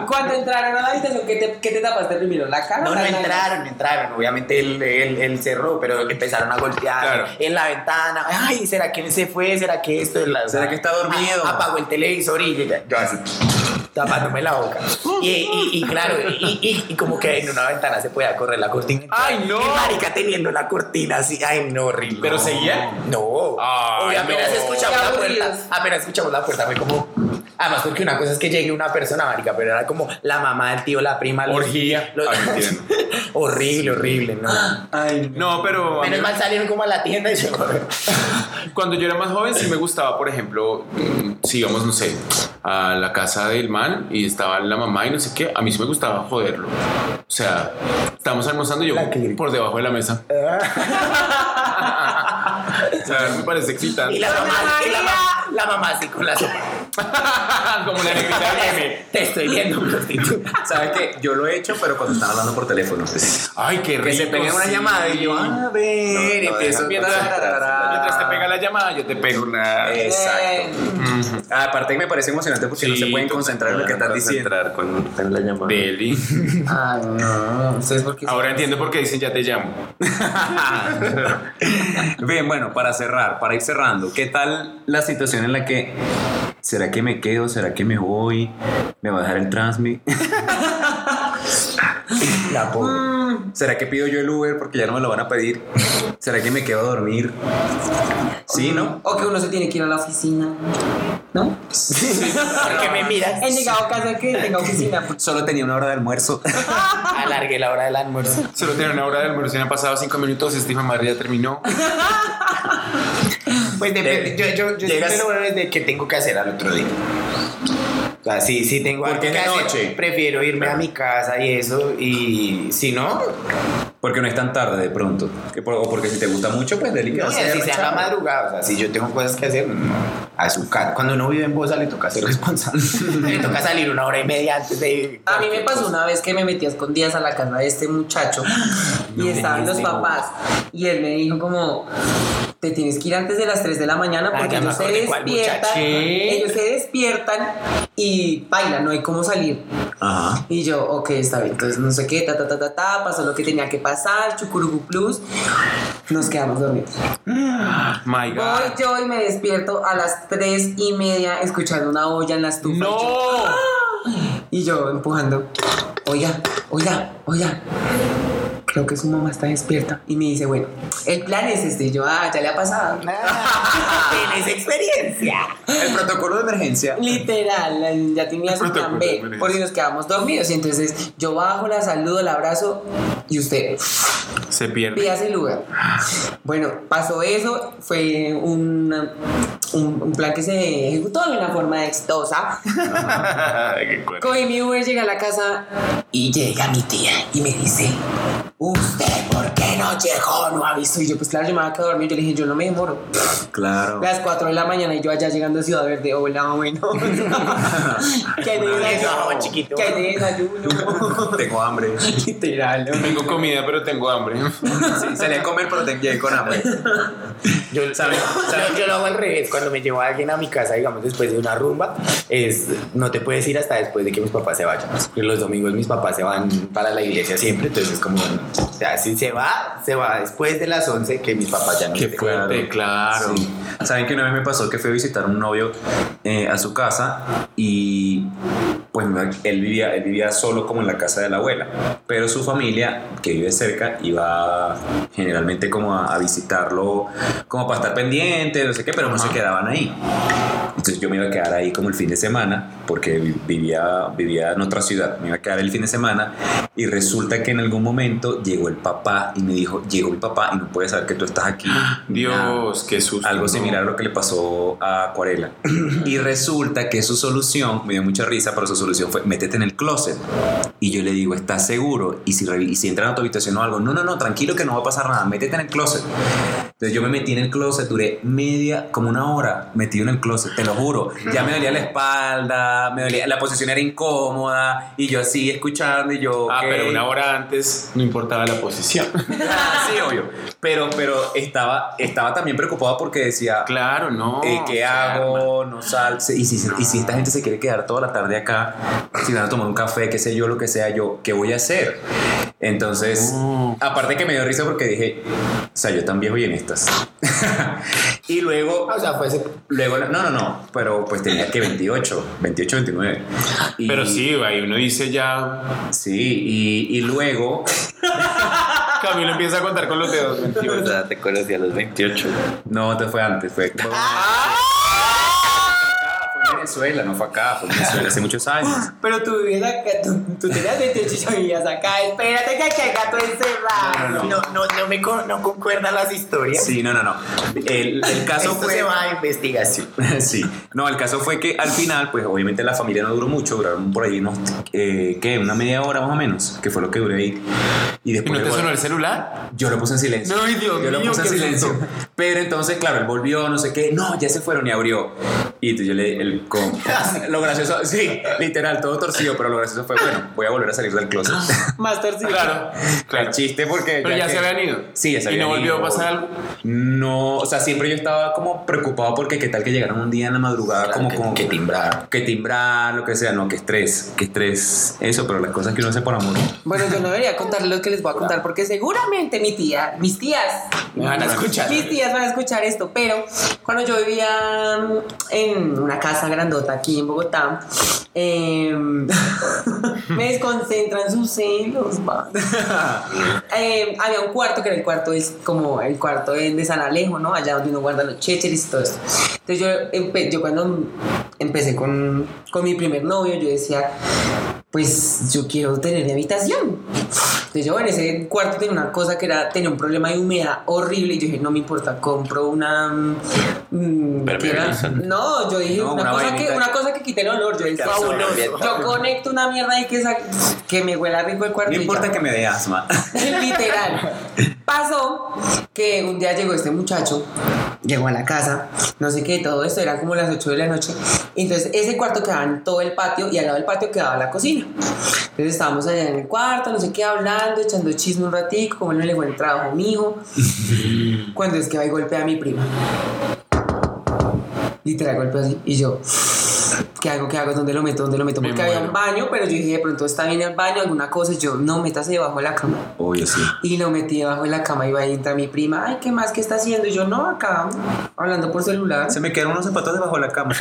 Speaker 6: Cuando entraron a la habitación, ¿qué te, qué te tapaste primero? ¿La cara?
Speaker 11: No, no
Speaker 6: o la nariz?
Speaker 11: entraron, entraron. Obviamente él, él- él cerró, pero empezaron a golpear
Speaker 5: Claro.
Speaker 11: en la ventana. Ay, ¿será que se fue? ¿Será que esto? La-
Speaker 2: ¿Será que está dormido?
Speaker 11: Ah, apagó el televisor y yo, yo así, tapándome la boca. Y, y- y claro, y, y- y como que en una ventana se puede correr la cortina.
Speaker 5: ¡Ay, no!
Speaker 11: Y marica teniendo la cortina así. Ay, no, horrible.
Speaker 5: ¿Pero seguía?
Speaker 11: No.
Speaker 5: Ay,
Speaker 11: Oye, apenas
Speaker 5: no.
Speaker 11: escuchamos
Speaker 6: Qué
Speaker 11: la
Speaker 6: aburridos.
Speaker 11: puerta. Apenas escuchamos la puerta, fue como... Además, porque una cosa es que llegue una persona, marica, pero era como la mamá, el tío, la prima, los-
Speaker 5: Orgía.
Speaker 11: los-
Speaker 5: Ah, no entiendo.
Speaker 11: horrible, horrible, no.
Speaker 6: Ah.
Speaker 2: Ay,
Speaker 5: No, pero a mí-
Speaker 11: Menos mal salieron como a la tienda y se
Speaker 5: cuando yo era más joven sí me gustaba, por ejemplo, mm, si íbamos, no sé, a la casa del man y estaba la mamá y no sé qué, a mí sí me gustaba joderlo. O sea, estamos almorzando y yo
Speaker 11: La que grita.
Speaker 5: por debajo de la mesa.
Speaker 11: Ah.
Speaker 5: O sea, me parece
Speaker 11: Y
Speaker 5: excitante.
Speaker 11: la mamá, y la, mamá- la mamá así con la sopa.
Speaker 5: Como la negrita de meme.
Speaker 11: Te estoy viendo, prostituta.
Speaker 2: ¿Sabes qué? Yo lo he hecho, pero cuando están hablando por teléfono.
Speaker 5: Ay, qué rico.
Speaker 2: Que se peguen una
Speaker 5: sí.
Speaker 2: llamada y yo, "Ah, a ver,
Speaker 4: No, no,
Speaker 2: empiezo
Speaker 4: deja-
Speaker 2: tararara.
Speaker 5: Mientras te pega la llamada, yo te pego una.
Speaker 2: Exacto.
Speaker 6: Eh,
Speaker 2: Ah, Aparte que me parece emocionante porque no
Speaker 5: Sí,
Speaker 2: se pueden concentrar en lo que están diciendo.
Speaker 4: Concentrar con, con la llamada.
Speaker 5: Deli.
Speaker 6: Ay, no. ¿Sabes por qué?
Speaker 5: Ahora entiendo por qué dicen ya te llamo.
Speaker 2: Bien, bueno, para cerrar, para ir cerrando, ¿qué tal la situación en la que será que me quedo, será que me voy, me va a dejar el transmi?
Speaker 5: La pobre.
Speaker 2: Mm. ¿Será que pido yo el Uber porque ya no me lo van a pedir? ¿Será que me quedo a dormir? Sí, ¿no?
Speaker 6: O que uno se tiene que ir a la oficina. ¿No?
Speaker 5: Porque me miras.
Speaker 6: He llegado a casa que tenga oficina. pues.
Speaker 2: Solo tenía una hora de almuerzo.
Speaker 5: Alargué la hora del almuerzo.
Speaker 7: Solo tiene una hora de almuerzo y han pasado cinco minutos. Stephen Madrid ya terminó.
Speaker 5: Pues depende.
Speaker 7: Eh,
Speaker 5: Yo, yo, yo
Speaker 7: llegas-
Speaker 5: siempre lo veo desde que tengo que hacer al otro día. O sea, sí, sí tengo
Speaker 2: Porque
Speaker 5: algo
Speaker 2: es
Speaker 5: que
Speaker 2: de
Speaker 5: hacer,
Speaker 2: noche.
Speaker 5: Prefiero irme a mi casa y eso. Y si no,
Speaker 2: Porque no es tan tarde de pronto. Que por- o porque si te gusta mucho, pues
Speaker 5: no,
Speaker 2: delicado.
Speaker 5: y así sea la madrugada. O sea, si yo tengo cosas que hacer, no, a su casa. Cuando uno vive en Bosa, le toca ser responsable. le toca salir una hora y media antes de ir.
Speaker 6: A mí me pasó una vez que me metí a escondidas a la casa de este muchacho y estaban los papás y él me dijo como te tienes que ir antes de las 3 de la mañana
Speaker 5: Ah,
Speaker 6: porque
Speaker 5: ya me
Speaker 6: ellos se
Speaker 5: acordé cuál
Speaker 6: despiertan
Speaker 5: muchacho.
Speaker 6: ellos se despiertan y bailan no hay cómo salir
Speaker 2: Ajá.
Speaker 6: y yo ok está bien entonces no sé qué ta ta ta ta ta pasó lo que tenía que pasar chucurugu plus nos quedamos dormidos
Speaker 7: My God.
Speaker 6: voy yo y me despierto a las 3 y media escuchando una olla en la estufa Y yo,
Speaker 7: ¡No!
Speaker 6: y yo empujando. Oiga, oiga, oiga. Creo que su mamá está despierta. Y me dice, bueno, el plan es este. Y yo, ah, ya le ha pasado.
Speaker 5: Tienes experiencia.
Speaker 2: El protocolo de emergencia.
Speaker 6: Literal, ya tenía su plan B.
Speaker 7: Protocolo,
Speaker 6: Por si nos quedamos dormidos. Y entonces yo bajo, la saludo, la abrazo. Y usted,
Speaker 7: Se pierde.
Speaker 6: pídase el lugar. Bueno, pasó eso. Fue un, un, un plan que se ejecutó de una forma exitosa.
Speaker 7: Qué cuerda.
Speaker 6: Cogí mi Uber, llegué a la casa y llega mi tía y me dice, ¿usted por qué no llegó? No avisó. Y yo, pues claro, yo me había quedado dormido. Yo le dije, yo no me demoro.
Speaker 2: Claro.
Speaker 6: Las 4 de la mañana y yo allá llegando a Ciudad Verde. Hola, bueno. que hay de
Speaker 5: No,
Speaker 6: desayuno.
Speaker 5: chiquito.
Speaker 6: Que hay de desayuno.
Speaker 2: Tengo hambre.
Speaker 6: Literal.
Speaker 7: Tengo comida, pero tengo hambre.
Speaker 2: Sí, se le come, pero te llegué con hambre.
Speaker 5: Yo, yo- yo lo hago al revés. Cuando me llevo a alguien a mi casa, digamos, después de una rumba, es, no te puedes ir hasta después de que mis papás se vayan. Porque Los domingos mis papás se van para la iglesia siempre, entonces es como, no. o sea, si se va, se va después de las 11 que mis papás ya no
Speaker 7: Qué
Speaker 5: estén.
Speaker 7: fuerte, claro.
Speaker 2: Sí. Saben que una vez me pasó que fui a visitar a un novio eh, a su casa y pues él vivía, él vivía solo como en la casa de la abuela, pero su familia que vive cerca iba generalmente como a, a visitarlo como para estar pendiente, no sé qué, pero no se quedaban ahí. Entonces yo me iba a quedar ahí como el fin de semana, porque vi- vivía, vivía en otra ciudad, me iba a quedar el fin de semana y resulta que en algún momento llegó el papá y me dijo, llegó mi papá y no puede saber que tú estás aquí.
Speaker 7: Dios, qué susto.
Speaker 2: Algo
Speaker 7: ¿no?
Speaker 2: similar a lo que le pasó a Acuarela. Y resulta que su solución, me dio mucha risa, pero su solución fue, métete en el closet. Y yo le digo, ¿estás seguro? Y si, revi- y si entran a tu habitación o algo, no, no, no, tranquilo que no va a pasar nada, métete en el closet. Entonces yo me metí en el closet, duré media, como una hora metido en el closet, te lo juro. Ya me dolía la espalda, me dolía, la posición era incómoda, y yo así escuchando, y yo...
Speaker 7: Ah,
Speaker 2: ok.
Speaker 7: pero una hora antes no importaba la posición.
Speaker 2: sí, obvio. Pero, pero estaba, estaba también preocupado porque decía,
Speaker 7: Claro, no.
Speaker 2: eh, ¿Qué
Speaker 7: se arma.
Speaker 2: hago? No sal. Y si, y si esta gente se quiere quedar toda la tarde acá, si van a tomar un café, qué sé yo, lo que sea, yo, ¿qué voy a hacer? Entonces,
Speaker 7: No.
Speaker 2: aparte que me dio risa porque dije, o sea, yo tan viejo y en estas. y luego,
Speaker 7: Ah,
Speaker 5: O sea, fue ese-
Speaker 2: luego, no, no, no, pero pues tenía que 28, 28, 29. Y-
Speaker 7: Pero sí, ahí uno dice ya.
Speaker 2: Sí, y, y luego,
Speaker 7: Camilo empieza a contar con los dedos.
Speaker 4: O
Speaker 7: 28.
Speaker 4: sea, te conocí a los 28.
Speaker 2: no, te fue antes, fue. fue-
Speaker 7: Ah.
Speaker 2: fue en Venezuela, no fue acá, fue en Venezuela hace muchos años.
Speaker 6: Pero tú vivías acá, tú, tú tenías 28 y yo vivías acá. Espérate que aquí hay gato encerrado.
Speaker 5: No, no, no me con- no concuerdan las historias.
Speaker 2: Sí, no, no, no. El, el caso
Speaker 5: Esto
Speaker 2: fue.
Speaker 5: se va a investigación.
Speaker 2: Sí. No, el caso fue que al final, pues obviamente la familia no duró mucho, duraron por ahí unos, eh, ¿qué? Una media hora más o menos, que fue lo que duré ahí. Y
Speaker 7: ¿Y
Speaker 2: después.
Speaker 7: no te
Speaker 2: llegó-
Speaker 7: sonó el celular?
Speaker 2: yo lo puse en silencio.
Speaker 7: No, ay, Dios
Speaker 2: Yo lo
Speaker 7: mío,
Speaker 2: puse en
Speaker 7: qué
Speaker 2: silencio.
Speaker 7: susto.
Speaker 2: Pero entonces, claro, él volvió, no sé qué. No, ya se fueron y abrió. Y entonces yo le. el- con- lo gracioso, sí, literal, todo torcido, pero lo gracioso fue, bueno, voy a volver a salir del closet.
Speaker 6: Más torcido.
Speaker 7: Claro, claro.
Speaker 2: El chiste porque.
Speaker 7: Pero ya
Speaker 2: que-
Speaker 7: se habían ido.
Speaker 2: Sí, ya se
Speaker 7: ¿Y no
Speaker 2: habían
Speaker 7: volvió
Speaker 2: ido.
Speaker 7: a pasar algo?
Speaker 2: No, o sea, siempre yo estaba como preocupado porque qué tal que llegaron un día en la madrugada como
Speaker 5: que-
Speaker 2: con-
Speaker 5: que timbrar.
Speaker 2: Que timbrar, lo que sea, no, que estrés, que estrés, eso, pero las cosas que uno hace por amor.
Speaker 6: Bueno, yo no debería contar lo que les voy a contar porque seguramente mi tía, mis tías,
Speaker 5: Me van a escuchar.
Speaker 6: mis tías van a escuchar esto, pero cuando yo vivía mm, en en una casa grandota aquí en Bogotá, eh, me desconcentran sus celos. va. Eh, había un cuarto que era el cuarto, es como el cuarto de, de San Alejo, ¿no? Allá donde uno guarda los chécheres y todo esto. Entonces yo, empe- yo cuando empecé con, con mi primer novio, yo decía, pues yo quiero tener mi habitación. Entonces yo en ese cuarto tenía una cosa que era, tenía un problema de humedad horrible y yo dije, no me importa, compro una... mm, ¿qué era?
Speaker 2: Impermeabilizante.
Speaker 6: No, yo dije,
Speaker 2: No,
Speaker 6: una,
Speaker 2: una
Speaker 6: cosa
Speaker 2: vainita.
Speaker 6: que, una cosa que quite el olor, yo dije,
Speaker 2: absorbe
Speaker 6: fabuloso.
Speaker 2: bien.
Speaker 6: Yo conecto una mierda y que, sa- que me huela rico el cuarto.
Speaker 2: No
Speaker 6: y
Speaker 2: importa
Speaker 6: ya.
Speaker 2: que me dé asma.
Speaker 6: Literal. Pasó que un día llegó este muchacho, llegó a la casa, no sé qué, todo esto, eran como las 8 de la noche. Entonces, ese cuarto quedaba en todo el patio y al lado del patio quedaba la cocina. Entonces, estábamos allá en el cuarto, no sé qué, hablando, echando chisme un ratico, como no le fue el trabajo a mi hijo. Cuando es que va y golpea a mi prima. Literal, golpea así. Y yo, ¿qué hago? ¿Qué hago? ¿Dónde lo meto? ¿Dónde lo meto?
Speaker 7: Me
Speaker 6: Porque había un
Speaker 7: muero.
Speaker 6: baño, pero yo dije, de pronto está bien el baño, alguna cosa. Y yo, no, métase debajo de la cama.
Speaker 2: Obvio, sí.
Speaker 6: Y lo metí debajo de la cama y va a entrar mi prima. Ay, ¿qué más? ¿Qué está haciendo? Y yo, no, acá, hablando por celular.
Speaker 2: Se me quedaron unos zapatos debajo de la cama.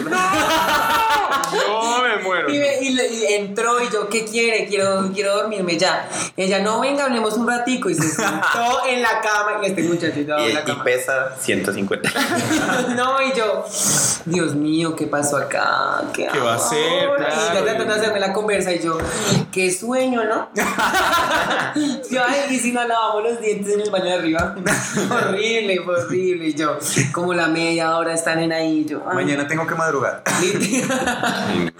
Speaker 7: No me muero.
Speaker 6: Y, me- y le- y entró y yo, ¿qué quiere? Quiero, quiero dormirme ya. Ella, no, venga, hablemos un ratico. Y se sentó en la cama y este muchachito debajo de
Speaker 4: Y,
Speaker 6: la
Speaker 4: y
Speaker 6: cama.
Speaker 4: pesa 150.
Speaker 6: no, y yo, Dios mío, ¿qué pasó acá? ¿Qué,
Speaker 7: ¿Qué va a hacer?
Speaker 6: hago ahora?
Speaker 7: Claro.
Speaker 6: Y ya tratando de hacerme la conversa y yo, qué sueño, ¿no? yo, ay, y si no lavamos los dientes en el baño de arriba. horrible, fue horrible. Y yo, como la media hora están en ahí, y yo, "Ah, ay,
Speaker 2: Mañana tengo que madrugar.
Speaker 6: Literal.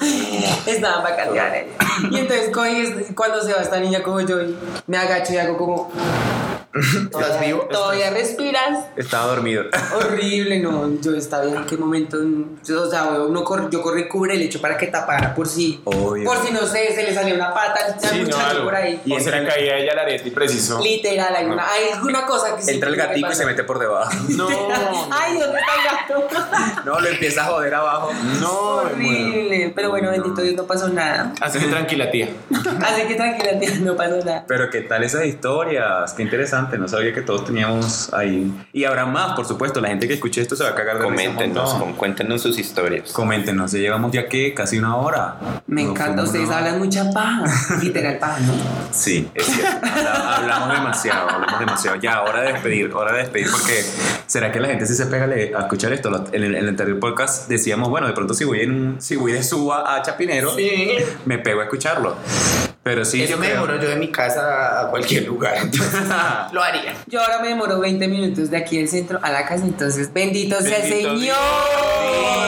Speaker 6: Estaban bacaneadas. ¿eh? Y entonces cogí este- cuando se va esta niña como yo y me agacho y hago como. ¿Estás
Speaker 4: vivo?
Speaker 6: Todavía respiras.
Speaker 2: Estaba dormido.
Speaker 6: Horrible, no. Yo estaba bien. ¿En qué momento? Yo, o sea, uno cor- yo corrí cubre el hecho para que tapara por si.
Speaker 2: Obvio.
Speaker 6: Por si no sé, se le salió una pata al
Speaker 7: Sí, no,
Speaker 6: muchacho
Speaker 7: algo.
Speaker 6: por ahí.
Speaker 7: Y se le caía ella la arete y preciso.
Speaker 6: Literal, hay una, hay alguna cosa que sí
Speaker 2: Entra el
Speaker 6: que
Speaker 2: gatico y
Speaker 6: pasa.
Speaker 2: se mete por debajo.
Speaker 7: No,
Speaker 6: Ay, ¿dónde está el gato?
Speaker 2: No, lo empieza a joder abajo.
Speaker 7: no, me muero.
Speaker 6: Horrible. Pero bueno, bendito Dios, no pasó nada.
Speaker 7: Así que tranquila, tía.
Speaker 6: Así que tranquila, tía, no pasó nada.
Speaker 2: Pero qué tal esas historias, qué interesante, no sabía que todos teníamos ahí. Y habrá más, por supuesto, la gente que escuche esto se va a cagar de risa un
Speaker 4: Coméntenos,
Speaker 2: montón.
Speaker 4: com- cuéntenos sus historias.
Speaker 2: Coméntenos, ya llevamos ya que casi una hora.
Speaker 6: Me
Speaker 2: Nos
Speaker 6: encanta,
Speaker 2: fuimos
Speaker 6: ustedes
Speaker 2: una hora.
Speaker 6: hablan mucha paja. Literal paja, ¿no?
Speaker 2: Sí, es cierto. Habla- hablamos demasiado, hablamos demasiado. Ya, hora de despedir, hora de despedir, porque ¿será que la gente sí se pega le- a escuchar esto? Lo- En el, en el anterior podcast decíamos, bueno, de pronto si voy, en, un- si voy de suba a Chapinero, me pego a escucharlo. Pero sí,
Speaker 5: Eso
Speaker 2: yo
Speaker 5: me
Speaker 2: creo-
Speaker 5: demoro yo de mi casa a cualquier lugar. entonces, lo haría.
Speaker 6: Yo ahora me demoro 20 minutos de aquí del centro a la casa, entonces bendito sea el
Speaker 7: Bendito
Speaker 6: Señor.
Speaker 7: Dios.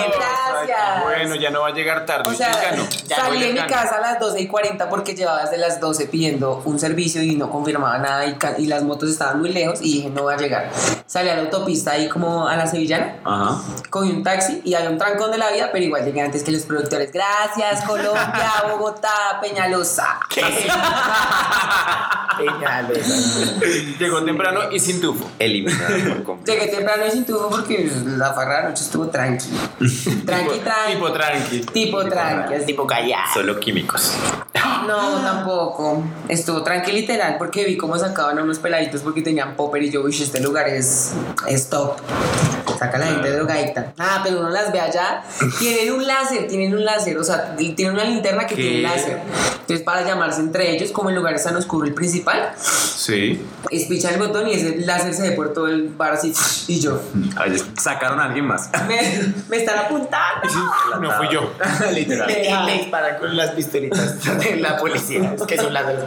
Speaker 6: Gracias.
Speaker 7: Bueno, ya no va a llegar tarde.
Speaker 6: O sea,
Speaker 7: Llegano, ya
Speaker 6: salí
Speaker 7: voy
Speaker 6: de mi
Speaker 7: llegando.
Speaker 6: casa a las 12 y 40 porque llevaba desde las 12 pidiendo un servicio y no confirmaba nada y, ca- y las motos estaban muy lejos y dije, no voy a llegar. Salí a la autopista ahí como a la Sevillana.
Speaker 2: Ajá.
Speaker 6: cogí un taxi y había un trancón de la vida, pero igual llegué antes que los productores. Gracias, Colombia, Bogotá, Peñalosa.
Speaker 5: Peñales.
Speaker 7: Llegó temprano y sin tufo.
Speaker 4: Eliminada por completo.
Speaker 6: Llegué temprano y sin tubo porque la farra de noche estuvo tranqui. Tranqui,
Speaker 7: Tipo- Tipo
Speaker 6: tranqui.
Speaker 7: tranqui.
Speaker 6: Tipo tranqui, así.
Speaker 5: Tipo callado.
Speaker 4: Solo químicos.
Speaker 6: No, tampoco. Estuvo tranqui literal porque vi cómo sacaban a unos peladitos porque tenían popper y yo, uy, este lugar es, es top. Saca a la gente drogadicta. Ah, pero uno las ve allá. Tienen un láser, tienen un láser. O sea, ti- tienen una linterna que tiene un láser. Entonces, para llamarse entre ellos, como el lugar es tan oscuro, el principal,
Speaker 7: Sí.
Speaker 6: es pichar el botón y ese láser se ve por todo el bar así. Y yo,
Speaker 2: Ay, Sacaron a alguien más.
Speaker 6: me, me están apuntando.
Speaker 7: No fui yo.
Speaker 5: Literal.
Speaker 6: Literal.
Speaker 5: Y le disparan con las pistolitas de la policía. Es que son las de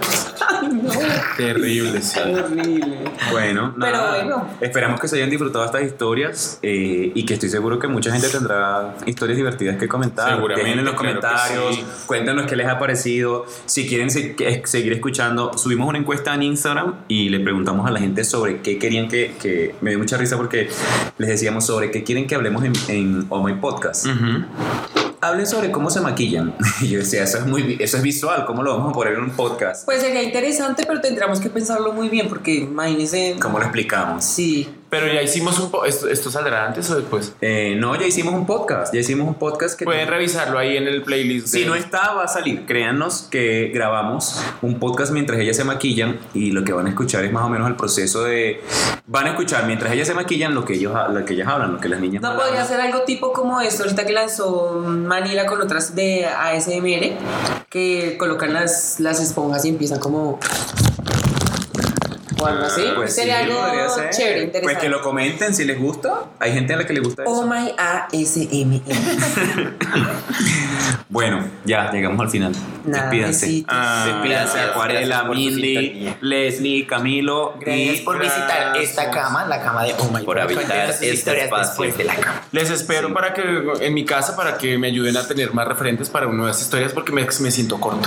Speaker 7: Terrible, sí.
Speaker 6: Horrible.
Speaker 2: Bueno,
Speaker 6: Pero
Speaker 2: nada.
Speaker 6: bueno.
Speaker 2: Esperamos que se hayan disfrutado estas historias eh, y que estoy seguro que mucha gente tendrá historias divertidas que comentar.
Speaker 7: Seguramente,
Speaker 2: Dejen en los
Speaker 7: claro que
Speaker 2: comentarios,
Speaker 7: sí.
Speaker 2: cuéntanos qué les ha parecido. Si quieren se- que- seguir escuchando, subimos una encuesta en Instagram y le preguntamos a la gente sobre qué querían que, que- me dio mucha risa porque les decíamos sobre qué quieren que hablemos en, en Oh My Podcast. Hablen sobre cómo se maquillan. Y yo decía, eso es muy, vi- eso es visual, ¿cómo lo vamos a poner en un podcast?
Speaker 6: Pues sería interesante, pero tendríamos que pensarlo muy bien porque imagínense.
Speaker 2: ¿Cómo lo explicamos?
Speaker 6: Sí,
Speaker 7: Pero ya hicimos un... po- ¿Esto, esto saldrá antes o después?
Speaker 2: Eh, no, ya hicimos un podcast. Ya hicimos un podcast que...
Speaker 5: Pues,
Speaker 7: Pueden revisarlo ahí en el playlist.
Speaker 2: Si no está, va a salir. Créanos que grabamos un podcast mientras ellas se maquillan y lo que van a escuchar es más o menos el proceso de... Van a escuchar mientras ellas se maquillan lo que, ellos, lo que ellas hablan, lo que las niñas
Speaker 6: No
Speaker 2: hablan.
Speaker 6: podría ser algo tipo como esto, ahorita que lanzó Manila con otras de ASMR, que colocan las, las esponjas y empiezan como... O algo así.
Speaker 2: Pues
Speaker 6: Sería
Speaker 2: sí, podría
Speaker 6: algo
Speaker 2: ser.
Speaker 6: chévere, interesante.
Speaker 2: Pues que lo comenten si les gusta. Hay gente a la que le gusta
Speaker 6: Oh
Speaker 2: eso.
Speaker 6: my ASMR.
Speaker 2: Bueno, ya llegamos al final.
Speaker 6: Nada,
Speaker 2: Despídanse. Ah,
Speaker 6: besitos.
Speaker 2: Despídanse,
Speaker 5: gracias,
Speaker 2: Acuarela,
Speaker 5: gracias por tu
Speaker 2: Mindy,
Speaker 5: sintonía.
Speaker 2: Leslie, Camilo.
Speaker 5: Gracias
Speaker 2: y-
Speaker 5: por visitar esta cama, la cama de Oh My
Speaker 4: Por
Speaker 5: God.
Speaker 4: habitar
Speaker 5: Cuéntenos sus
Speaker 4: este
Speaker 5: historias
Speaker 4: espacio.
Speaker 5: después de la cama.
Speaker 7: Les espero para que en mi casa para que me ayuden a tener más referentes para nuevas historias porque me, me siento corto.